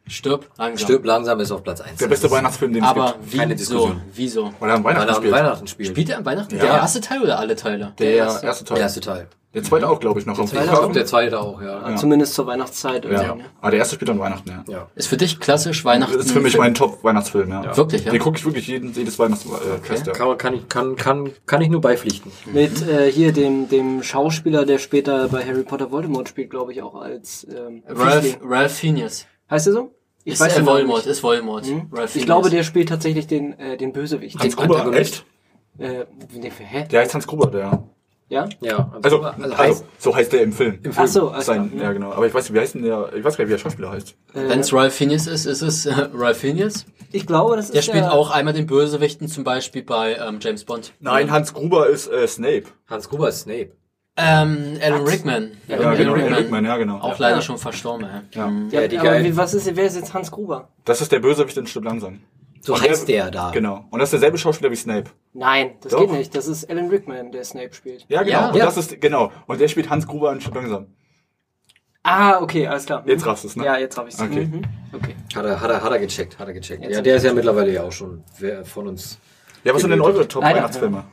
S3: Stirb langsam.
S4: Stirb langsam ist auf Platz 1.
S1: Der beste Weihnachtsfilm, den
S3: Aber
S1: es gibt.
S3: wieso?
S4: Keine Diskussion.
S3: Wieso?
S1: Weil er am
S4: Weil
S1: Weihnachten
S4: er am
S1: spielt.
S4: Weihnachten spielt.
S3: Spielt er am Weihnachten?
S1: Ja.
S3: Der erste Teil oder alle Teile?
S1: Der erste, Teil.
S4: Der erste Teil.
S1: Der zweite auch, glaube ich, noch.
S2: zweite
S4: Ich glaube, der zweite auch, ja.
S2: Zumindest zur Weihnachtszeit.
S1: ja.
S2: irgendwie, ne?
S1: Aber Ah, der erste spielt an Weihnachten, ja.
S4: ja.
S3: Ist für dich klassisch Weihnachten?
S1: Das ist für mich mein Top-Weihnachtsfilm, ja.
S3: Wirklich, ja?
S1: Den gucke ich wirklich jeden, jedes Weihnachtsfest, ja.
S4: Kann, kann, ich, kann, kann, kann ich nur beipflichten.
S2: Mit äh, hier dem, dem Schauspieler, der später bei Harry Potter Voldemort spielt, glaube ich, auch als ähm,
S3: Ralph,
S2: Fischling.
S3: Ralph Phineas.
S2: Heißt er so? Ich
S3: Ist äh,
S2: den Namen
S3: Voldemort,
S2: nicht. Hm?
S3: ist Voldemort. Ralph
S2: Ich glaube,
S3: Fiennes.
S2: der spielt tatsächlich den, äh, den Bösewicht.
S1: Hans Gruber, echt?
S2: Äh, nee, hä?
S1: Der heißt Hans Gruber, der.
S2: Ja?
S4: Ja,
S1: Also,
S4: also
S1: also, so heißt der im Film. Im
S2: Film. Ach so, alles
S1: Sein,
S2: klar.
S1: ja, genau. Aber ich weiß nicht, wie heißt denn der, ich weiß gar nicht, wie der Schauspieler heißt.
S3: Wenn es Ralph Phineas ist, ist es äh, Ralph Phineas.
S2: Ich glaube, das ist
S3: Der spielt auch einmal den Bösewichten, zum Beispiel bei ähm, James Bond.
S1: Nein, Hans Gruber ist äh, Snape.
S4: Hans Gruber ist Snape.
S3: Ähm, Alan Rickman.
S1: Ja,
S3: Alan
S1: genau, Alan Rickman, ja, genau.
S3: Auch
S1: Ja.
S3: leider schon verstorben, ey.
S1: Ja.
S2: Ja,
S4: Ja, die
S2: aber
S4: geil.
S2: wie, was ist, wer ist jetzt Hans Gruber?
S1: Das ist der Bösewicht in Stück langsam.
S4: So
S1: Und
S4: heißt der da.
S1: Genau. Und das ist derselbe Schauspieler wie Snape.
S2: Nein, das
S1: Doch.
S2: geht nicht. Das ist Alan Rickman, der Snape spielt.
S1: Ja, genau.
S3: Ja.
S1: und
S4: Ja.
S1: das ist, genau. Und der spielt Hans Gruber in Stück langsam.
S2: Ah, okay, alles klar. Hm.
S1: Jetzt raffst du's, ne?
S2: Ja, jetzt raff ich's.
S1: Okay.
S2: Mhm. okay.
S4: Hat er, hat er, hat er gecheckt, hat er gecheckt.
S2: Jetzt
S4: ja, der ist ja mittlerweile ja auch schon wer von uns.
S1: Ja, was sind denn eure Top-Weihnachtsfilme?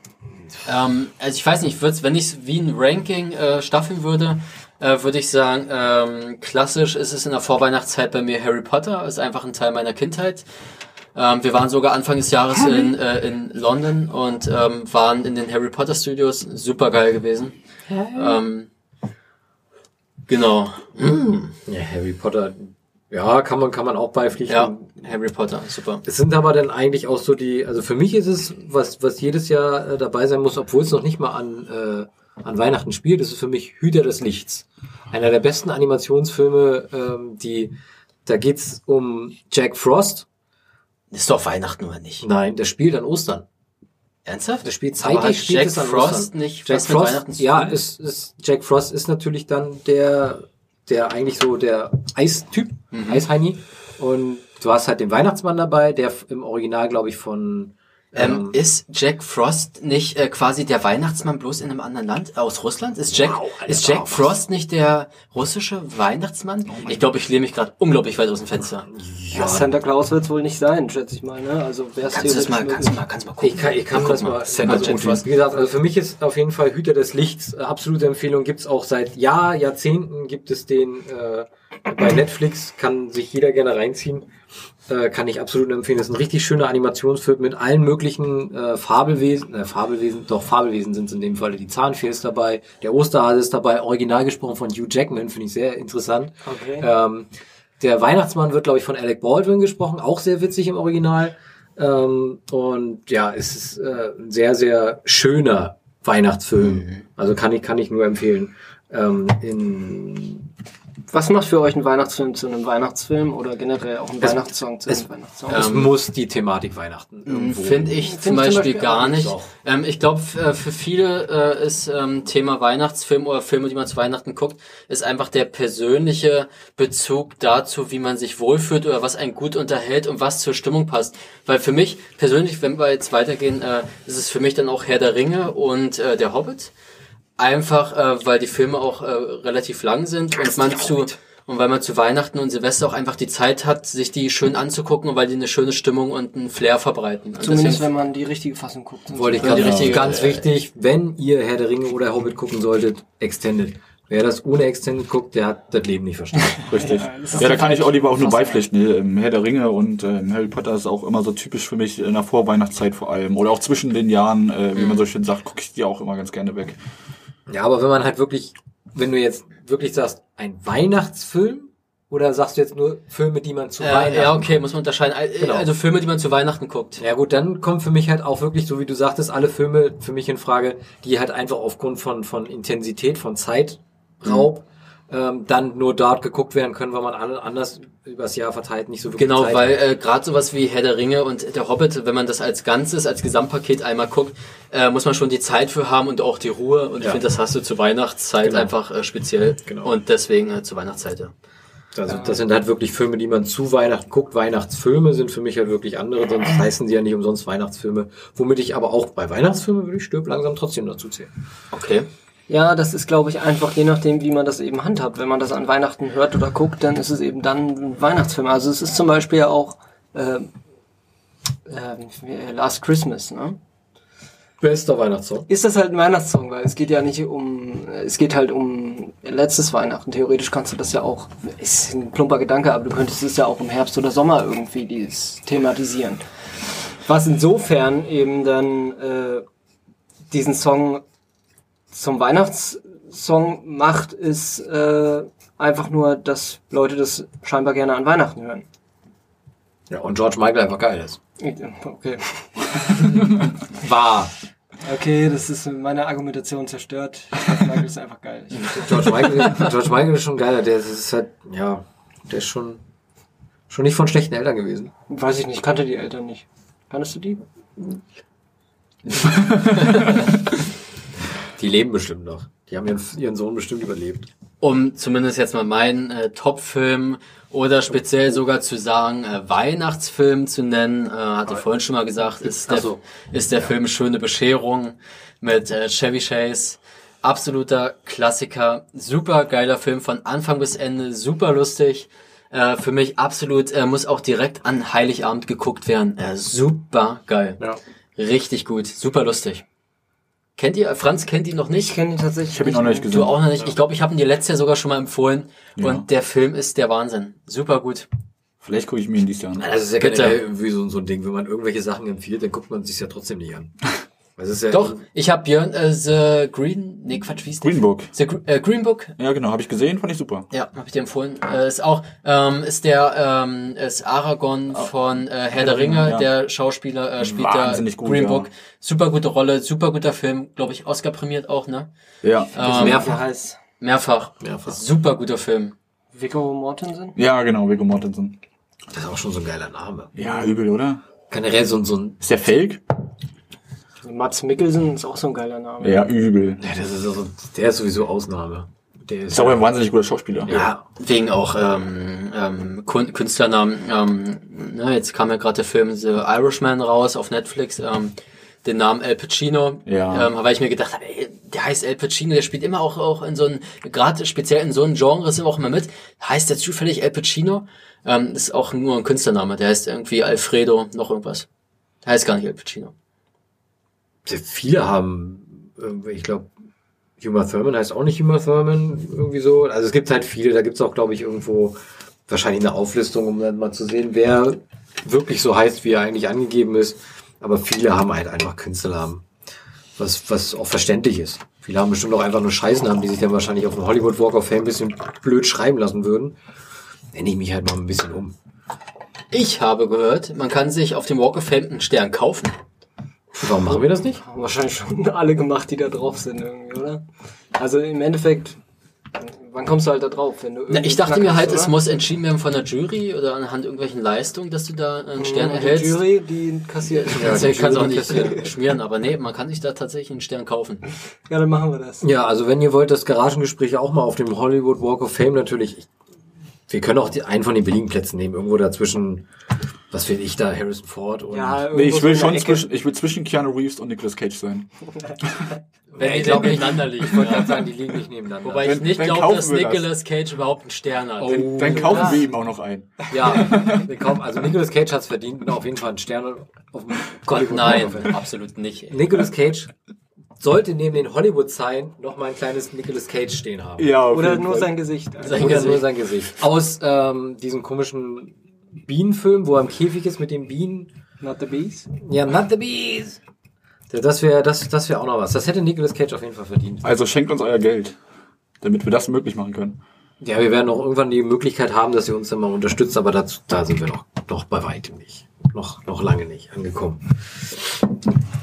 S3: Ähm, also ich weiß nicht, würd's, wenn ich es wie ein Ranking äh, staffeln würde, äh, würde ich sagen, ähm, klassisch ist es in der Vorweihnachtszeit bei mir Harry Potter, ist einfach ein Teil meiner Kindheit. Ähm, wir waren sogar Anfang des Jahres in, äh, in London und ähm, waren in den Harry Potter Studios, super geil gewesen. Ähm, genau,
S4: Ja, Harry Potter. Ja, kann man, kann man auch beipflichten.
S3: ja, Harry Potter, super.
S4: Es sind aber dann eigentlich auch so die, also für mich ist es, was, was jedes Jahr äh, dabei sein muss, obwohl es noch nicht mal an, äh, an Weihnachten spielt, ist es für mich Hüter des Lichts. Einer der besten Animationsfilme, ähm, die, da geht's um Jack Frost.
S3: Ist doch Weihnachten oder nicht?
S4: Nein, der spielt an Ostern.
S3: Ernsthaft?
S4: Der spielt
S3: Aber hat
S4: zeitlich spielt
S3: Jack
S4: es an
S3: Frost
S4: Ostern.
S3: nicht
S4: Jack
S3: was mit
S4: Frost,
S3: Weihnachten zu
S4: ja,
S3: tun?
S4: ist, ist, Jack Frost ist natürlich dann der, der eigentlich so der Eistyp,
S3: Mhm.
S4: Eisheini. Und du hast halt den Weihnachtsmann dabei, der f- im Original, glaube ich, von,
S3: Ähm,
S4: ähm,
S3: ist Jack Frost nicht äh, quasi der Weihnachtsmann bloß in einem anderen Land äh, aus Russland? Ist Jack,
S4: Wow, Alter,
S3: ist Jack
S4: was? Oh
S3: Frost nicht der russische Weihnachtsmann? ich glaube, ich lehne mich gerade unglaublich weit aus dem Fenster.
S2: Ja, Santa Claus wird's wohl nicht sein, schätze ich mal. Ne? Also wär's
S3: Kannst du das
S2: theoretisch
S3: mal,
S2: möglich.
S3: kannst du mal, kannst du mal gucken.
S4: ich kann, ich kann
S3: Ja, guck
S4: das mal,
S3: Santa Jack
S4: also,
S3: Frost.
S4: wie gesagt, also für mich ist auf jeden Fall Hüter des Lichts äh, absolute Empfehlung, gibt's auch seit Jahr, Jahrzehnten, gibt es den äh, bei Netflix, kann sich jeder gerne reinziehen, äh, kann ich absolut empfehlen, das ist ein richtig schöner Animationsfilm mit allen möglichen äh, Fabelwesen, äh, Fabelwesen, doch Fabelwesen sind in dem Falle, die Zahnfee ist dabei, der Osterhase ist dabei, original gesprochen von Hugh Jackman, finde ich sehr interessant.
S3: Ah,
S2: Okay.
S4: Ähm, der Weihnachtsmann wird, glaube ich, von Alec Baldwin gesprochen, auch sehr witzig im Original. Ähm, und ja, es ist äh, ein sehr, sehr schöner Weihnachtsfilm. Also kann ich, kann ich nur empfehlen. Ähm, in
S2: Was macht für euch ein Weihnachtsfilm zu einem Weihnachtsfilm oder generell auch ein
S4: Es-
S2: Weihnachtssong zu
S4: es-
S2: einem Weihnachtssong?
S4: Es muss die Thematik Weihnachten irgendwo.
S3: Finde ich
S2: Find
S3: zum
S2: ich
S3: Beispiel, gar
S2: auch nicht
S3: nicht.
S4: so.
S3: Ähm, ich glaube, für viele äh, ist ähm, Thema Weihnachtsfilm oder Filme, die man zu Weihnachten guckt, ist einfach der persönliche Bezug dazu, wie man sich wohlfühlt oder was einen gut unterhält und was zur Stimmung passt. Weil für mich persönlich, wenn wir jetzt weitergehen, äh, ist es für mich dann auch Herr der Ringe und äh, der Hobbit. Einfach, äh, weil die Filme auch äh, relativ lang sind und man zu und weil man zu Weihnachten und Silvester auch einfach die Zeit hat, sich die schön anzugucken und weil die eine schöne Stimmung und einen Flair verbreiten. Und
S2: Zumindest
S3: deswegen-
S2: wenn man die richtige Fassung guckt. Sonst
S4: Wollte ich
S2: ist
S4: gerade
S3: Die
S4: sagen.
S3: richtige-
S4: also Ganz wichtig, wenn ihr Herr der Ringe oder Hobbit gucken solltet, Extended. Wer das ohne Extended guckt, der hat das Leben nicht verstanden.
S1: Richtig. Ja, halt da kann ich Oliver auch nur beipflichten. Ähm, Herr der Ringe und ähm, Harry Potter ist auch immer so typisch für mich in der Vorweihnachtszeit vor allem. Oder auch zwischen den Jahren, äh, wie man so schön sagt, gucke ich die auch immer ganz gerne weg.
S4: Ja, aber wenn man halt wirklich, wenn du jetzt wirklich sagst, ein Weihnachtsfilm oder sagst du jetzt nur Filme, die man zu
S3: Äh,
S4: Weihnachten.
S3: ja, okay, muss man unterscheiden. Äh,
S4: Genau.
S3: Also Filme, die man zu Weihnachten guckt.
S4: Ja gut, dann kommen für mich halt auch wirklich, so wie du sagtest, alle Filme für mich in Frage, die halt einfach aufgrund von, von Intensität, von Zeitraub,
S3: Mhm.
S4: ähm, dann nur dort geguckt werden können, weil man alle anders übers Jahr verteilt nicht so wirklich
S3: Genau,
S4: Zeit
S3: weil
S4: hat.
S3: äh, gerade sowas wie Herr der Ringe und der Hobbit, wenn man das als Ganzes, als Gesamtpaket einmal guckt, äh, muss man schon die Zeit für haben und auch die Ruhe. Und
S4: Ja.
S3: ich finde, das hast du zur Weihnachtszeit
S4: Genau.
S3: einfach äh, speziell.
S4: Genau.
S3: Und deswegen äh, zur Weihnachtszeit. Ja.
S4: Also das sind halt wirklich Filme, die man zu Weihnachten guckt. Weihnachtsfilme sind für mich halt wirklich andere, sonst heißen sie ja nicht umsonst Weihnachtsfilme. Womit ich aber auch bei Weihnachtsfilmen würde ich Stirb langsam trotzdem dazu zählen.
S3: Okay.
S2: Ja, das ist, glaube ich, einfach je nachdem, wie man das eben handhabt. Wenn man das an Weihnachten hört oder guckt, dann ist es eben dann ein Weihnachtsfilm. Also es ist zum Beispiel ja auch ähm, ähm, Last Christmas. Ne?
S4: Bester Weihnachtssong.
S2: Ist das halt ein Weihnachtssong, weil es geht ja nicht um, es geht halt um letztes Weihnachten. Theoretisch kannst du das ja auch, ist ein plumper Gedanke, aber du könntest es ja auch im Herbst oder Sommer irgendwie dieses thematisieren. Was insofern eben dann äh, diesen Song zum Weihnachtssong macht, ist äh, einfach nur, dass Leute das scheinbar gerne an Weihnachten hören.
S4: Ja, und George Michael einfach geil ist.
S2: Okay.
S4: War.
S2: Okay, das ist mit meiner Argumentation zerstört. Michael ist einfach geil.
S4: George Michael, George Michael ist schon geiler. Der ist halt, ja, der ist schon, schon nicht von schlechten Eltern gewesen.
S2: Weiß ich nicht, kannte die Eltern nicht. Kanntest du die?
S4: Die leben bestimmt noch. Die haben ihren, ihren Sohn bestimmt überlebt.
S3: um zumindest jetzt mal meinen äh, Top-Film oder speziell sogar zu sagen, äh, Weihnachtsfilm zu nennen, äh, hatte vorhin schon mal gesagt, ist der,
S4: Ah. Ach so.
S3: ist der Film Schöne Bescherung mit äh, Chevy Chase. Absoluter Klassiker, super geiler Film von Anfang bis Ende, super lustig. Äh, für mich absolut, äh, muss auch direkt an Heiligabend geguckt werden. Äh, super geil.
S4: Ja.
S3: Richtig gut, super lustig. Kennt ihr, Franz kennt ihn noch nicht?
S2: Ich kenne ihn tatsächlich. Ich
S1: hab ihn auch noch nicht gesehen.
S3: Du auch noch nicht. Ich glaube, ich habe ihn dir letztes Jahr sogar schon mal empfohlen. Und der Film ist der Wahnsinn. Super gut.
S1: Vielleicht gucke ich mir ihn dieses Jahr an.
S4: Das ist ja
S3: Bitte.
S4: generell irgendwie so, so ein Ding. Wenn man irgendwelche Sachen empfiehlt, dann guckt man sich ja trotzdem nicht an. Es ist ja
S3: Doch, ich habe Björn äh, The Green. Nee, Quatsch, wie ist der?
S1: Green Book.
S3: The Gr äh, Green Book.
S1: Ja, genau, habe ich gesehen, fand ich super.
S3: Ja, habe ich dir empfohlen. Äh, ist auch, ähm, ist der, ähm, ist Aragorn von äh, Herr der Ringe,
S1: ja.
S3: der Schauspieler äh, spielt da
S1: Wahnsinnig gut,
S3: Green
S1: ja.
S3: Book. Super gute Rolle, super guter Film, glaube ich, Oscar prämiert auch, ne?
S1: Ja.
S3: Ähm,
S2: Der heißt
S3: mehrfach.
S4: Mehrfach.
S3: Super guter Film.
S2: Vico Mortensen?
S1: Ja, genau, Viggo Mortensen.
S4: Das ist auch schon so ein geiler Name.
S1: Ja, übel, oder?
S4: Generell so, ein- so ein,
S1: Ist der fake?
S2: Also Mats Mikkelsen ist auch so ein geiler Name.
S1: Ja, übel.
S4: ja, das ist so, so- der ist sowieso Ausnahme. Der
S1: Ist aber ein wahnsinnig guter Schauspieler.
S3: Ja, wegen auch ähm, ähm, Kun- Künstlernamen. Ähm, ne, jetzt kam ja gerade der Film The Irishman raus auf Netflix. Ähm, den Namen El Pacino,
S1: Ja.
S3: ähm, weil ich mir gedacht habe, ey, der heißt El Pacino, der spielt immer auch auch in so einem, gerade speziell in so einem Genre ist er auch immer mit. Heißt der zufällig El Pacino? Ähm, ist auch nur ein Künstlername, der heißt irgendwie Alfredo, noch irgendwas. Heißt gar nicht El Pacino.
S4: Sehr viele haben, irgendwie, ich glaube, Huma Thurman heißt auch nicht Huma Thurman, irgendwie so. Also es gibt halt viele, da gibt's auch, glaube ich, irgendwo wahrscheinlich eine Auflistung, um dann mal zu sehen, wer wirklich so heißt, wie er eigentlich angegeben ist. Aber viele haben halt einfach Künstlernamen, was, was auch verständlich ist. Viele haben bestimmt auch einfach nur Scheißnamen, die sich dann wahrscheinlich auf dem Hollywood Walk of Fame ein bisschen blöd schreiben lassen würden. Nenne ich mich halt mal ein bisschen um.
S3: Ich habe gehört, man kann sich auf dem Walk of Fame einen Stern kaufen.
S4: Warum machen wir das nicht?
S2: Haben wahrscheinlich schon alle gemacht, die da drauf sind irgendwie, oder? Also im Endeffekt Wann kommst du halt da drauf, wenn du
S3: Na, ich dachte
S2: irgendwie
S3: mir halt,
S2: knackerst,
S3: es
S2: oder?
S3: muss entschieden werden von der Jury oder anhand irgendwelchen Leistungen, dass du da
S1: Mhm.
S3: einen Stern
S2: Die
S3: erhältst.
S2: Jury, die kassiert.
S3: Ja,
S2: Ja,
S3: also ich kann es auch
S4: Jury.
S3: nicht äh, schmieren, aber nee, man kann sich da tatsächlich einen Stern kaufen.
S2: dann machen wir das.
S4: Ja, also wenn ihr wollt, das Garagengespräch auch mal auf dem Hollywood Walk of Fame natürlich. Ich, wir können auch die, einen von den billigen Plätzen nehmen, irgendwo dazwischen, was will ich da, Harrison Ford und
S1: Nee, ich will schon
S2: zwischen.
S1: zwischen, ich will zwischen Keanu Reeves und Nicolas Cage sein.
S2: Oh,
S3: Wenn die
S4: glaub
S3: denn nebeneinander liegen.
S4: Kann
S3: Ja.
S4: sagen, die liegen nicht nebeneinander.
S3: Wobei ich
S1: Dann-
S3: nicht
S1: dann
S3: glaube,
S1: kaufen
S3: dass
S1: wir das. Oh.
S3: Nicolas Cage überhaupt einen Stern hat.
S1: Dann, dann kaufen wir ihm auch noch einen.
S4: ja, wir kaufen, also Nicolas Cage hat's verdient, und auf jeden Fall einen Stern auf dem
S3: Gott,
S4: Hollywood Walk of Fame.
S3: nein, absolut nicht. ey.
S4: Nicolas Cage sollte neben den Hollywood-Sign noch mal ein kleines Nicolas Cage stehen haben.
S1: Ja, auf
S2: Oder
S1: jeden
S2: nur
S1: Fall.
S2: sein Gesicht. Also.
S3: Sein
S4: Oder nur
S3: Gesicht.
S4: sein Gesicht. Aus ähm, diesem komischen Bienenfilm, wo er im Käfig ist mit den Bienen.
S2: Not the Bees.
S4: Ja, not the bees. Ja, Das wäre das, das wär auch noch was. Das hätte Nicolas Cage auf jeden Fall verdient.
S1: Also schenkt uns euer Geld, damit wir das möglich machen können.
S4: Ja, wir werden auch irgendwann die Möglichkeit haben, dass ihr uns dann mal unterstützt, aber dazu, da sind wir noch, noch bei weitem nicht. Noch, noch lange nicht angekommen.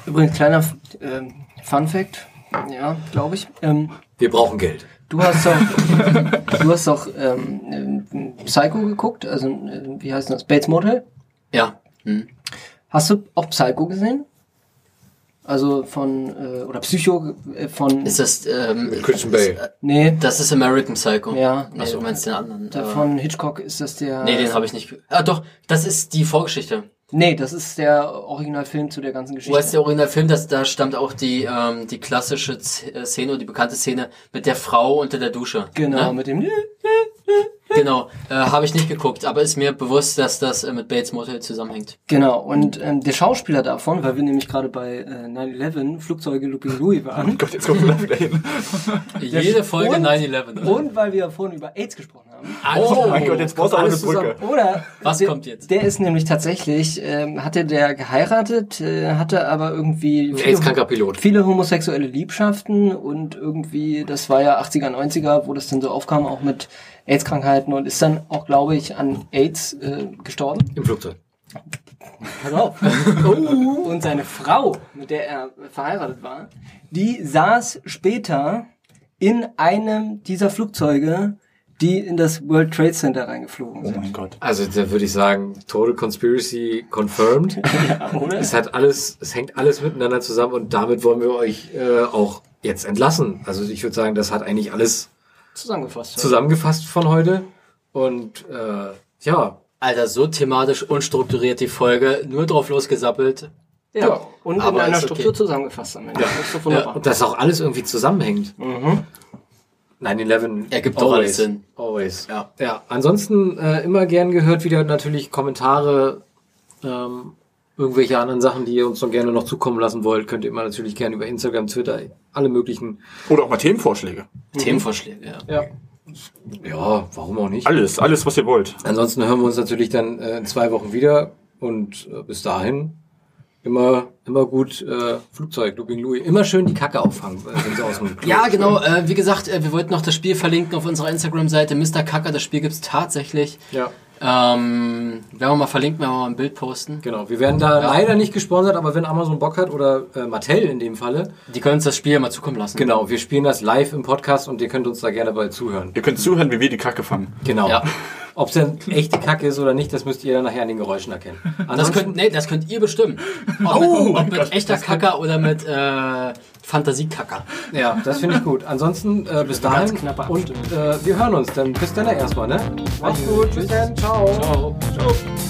S2: Übrigens, kleiner ähm, Fun Fact. Ja, glaube ich. Ähm,
S4: Wir brauchen Geld.
S2: du hast doch, du hast doch ähm, ähm, Psycho geguckt, also ähm, wie heißt das? Bates Motel.
S3: Ja. Hm.
S2: Hast du auch Psycho gesehen? Also von, äh, oder Psycho äh, von,
S3: Ist das, ähm,
S4: Christian Bale.
S2: nee,
S3: das ist American Psycho.
S2: Ja.
S3: Nee, du meinst den anderen.
S2: der
S3: äh,
S2: von Hitchcock ist das der,
S3: Nee, den habe ich nicht. ge- Ah, doch, das ist die Vorgeschichte.
S2: nee, das ist der Originalfilm zu der ganzen Geschichte.
S3: Wo ist der Originalfilm? Das, da stammt auch die, ähm, die klassische Z- äh, Szene oder die bekannte Szene mit der Frau unter der Dusche.
S2: Genau,
S3: Ne?
S2: mit dem,
S3: Genau. Äh, habe ich nicht geguckt, aber ist mir bewusst, dass das äh, mit Bates Motel zusammenhängt.
S2: genau, und ähm, der Schauspieler davon, weil wir nämlich gerade bei äh, 9-11 Flugzeuge Looping Louis waren.
S1: Gott, jetzt kommen wir da wieder hin.
S3: Jede Folge
S2: und-
S3: 9-11. oder?
S2: Und weil wir vorhin über AIDS gesprochen haben.
S1: Oh, mein Gott, jetzt brauchst du auch eine
S4: alles
S1: Brücke.
S2: Oder
S3: Was
S2: der,
S3: kommt jetzt?
S2: Der ist nämlich tatsächlich, ähm, hatte der geheiratet, äh, hatte aber irgendwie
S4: Ein AIDS-kranker Pilot.
S2: viele homosexuelle Liebschaften und irgendwie, das war ja 80er, 90er, wo das dann so aufkam, auch mit AIDS-Krankheiten und ist dann auch, glaube ich, an AIDS äh, gestorben.
S4: Im Flugzeug.
S2: Pass auf. und seine Frau, mit der er verheiratet war, die saß später in einem dieser Flugzeuge, die in das World Trade Center reingeflogen
S1: Oh
S2: sind.
S1: mein Gott.
S4: Also da würde ich sagen, Total Conspiracy confirmed.
S2: Oder?
S4: Es hat alles, es hängt alles miteinander zusammen und damit wollen wir euch äh, auch jetzt entlassen. Also ich würde sagen, das hat eigentlich alles
S2: Zusammengefasst.
S4: zusammengefasst von heute. Und äh, ja,
S3: Alter, so thematisch unstrukturiert die Folge, nur drauf losgesappelt.
S2: Ja,
S4: Ja,
S2: und in
S3: aber
S2: einer
S3: ist
S2: Struktur
S3: okay.
S2: zusammengefasst am Ende. Ja. Das ist doch wunderbar.
S4: und dass auch alles irgendwie zusammenhängt.
S2: Mhm.
S4: 9-11
S3: Ergibt doch alles Sinn.
S4: Always.
S3: Ja.
S4: ja. Ansonsten äh, immer gern gehört wieder natürlich Kommentare, ähm, irgendwelche anderen Sachen, die ihr uns noch gerne noch zukommen lassen wollt, könnt ihr immer natürlich gerne über Instagram, Twitter, alle möglichen.
S1: Oder auch mal Themenvorschläge.
S3: Themenvorschläge, ja.
S4: Ja. Ja, warum auch nicht?
S1: Alles, alles, was ihr wollt.
S4: Ansonsten hören wir uns natürlich dann äh, in zwei Wochen wieder und äh, bis dahin immer immer gut äh, Flugzeug, Looping Louis, immer schön die Kacke auffangen, äh, wenn sie aus dem Klo
S3: Ja,
S4: springen.
S3: genau. Äh, wie gesagt, äh, wir wollten noch das Spiel verlinken auf unserer Instagram-Seite. Mr. Kacker, das Spiel gibt's tatsächlich.
S4: Ja.
S3: Ähm, werden wir mal verlinken, werden wir mal ein Bild posten.
S4: Genau, wir werden da leider nicht gesponsert, aber wenn Amazon Bock hat oder äh, Mattel in dem Falle,
S3: Die können uns das Spiel ja mal zukommen lassen.
S4: genau, wir spielen das live im Podcast und ihr könnt uns da gerne bei zuhören.
S1: Ihr könnt zuhören, wie wir die Kacke fangen.
S4: Genau.
S3: Ja.
S4: Ob es denn echte Kacke ist oder nicht, das müsst ihr dann nachher an den Geräuschen erkennen.
S3: Das
S4: Ansonsten-
S3: könnt, nee, das könnt ihr bestimmen. Ob mit, ob mit echter Kacker oder mit äh, Fantasiekacker.
S4: ja, das finde ich gut. Ansonsten äh, bis dahin
S2: knappe
S4: und äh, wir hören uns dann. Bis dann erstmal, ne?
S2: Macht's gut. Bis dann. Ciao.
S3: Ciao.
S4: Ciao.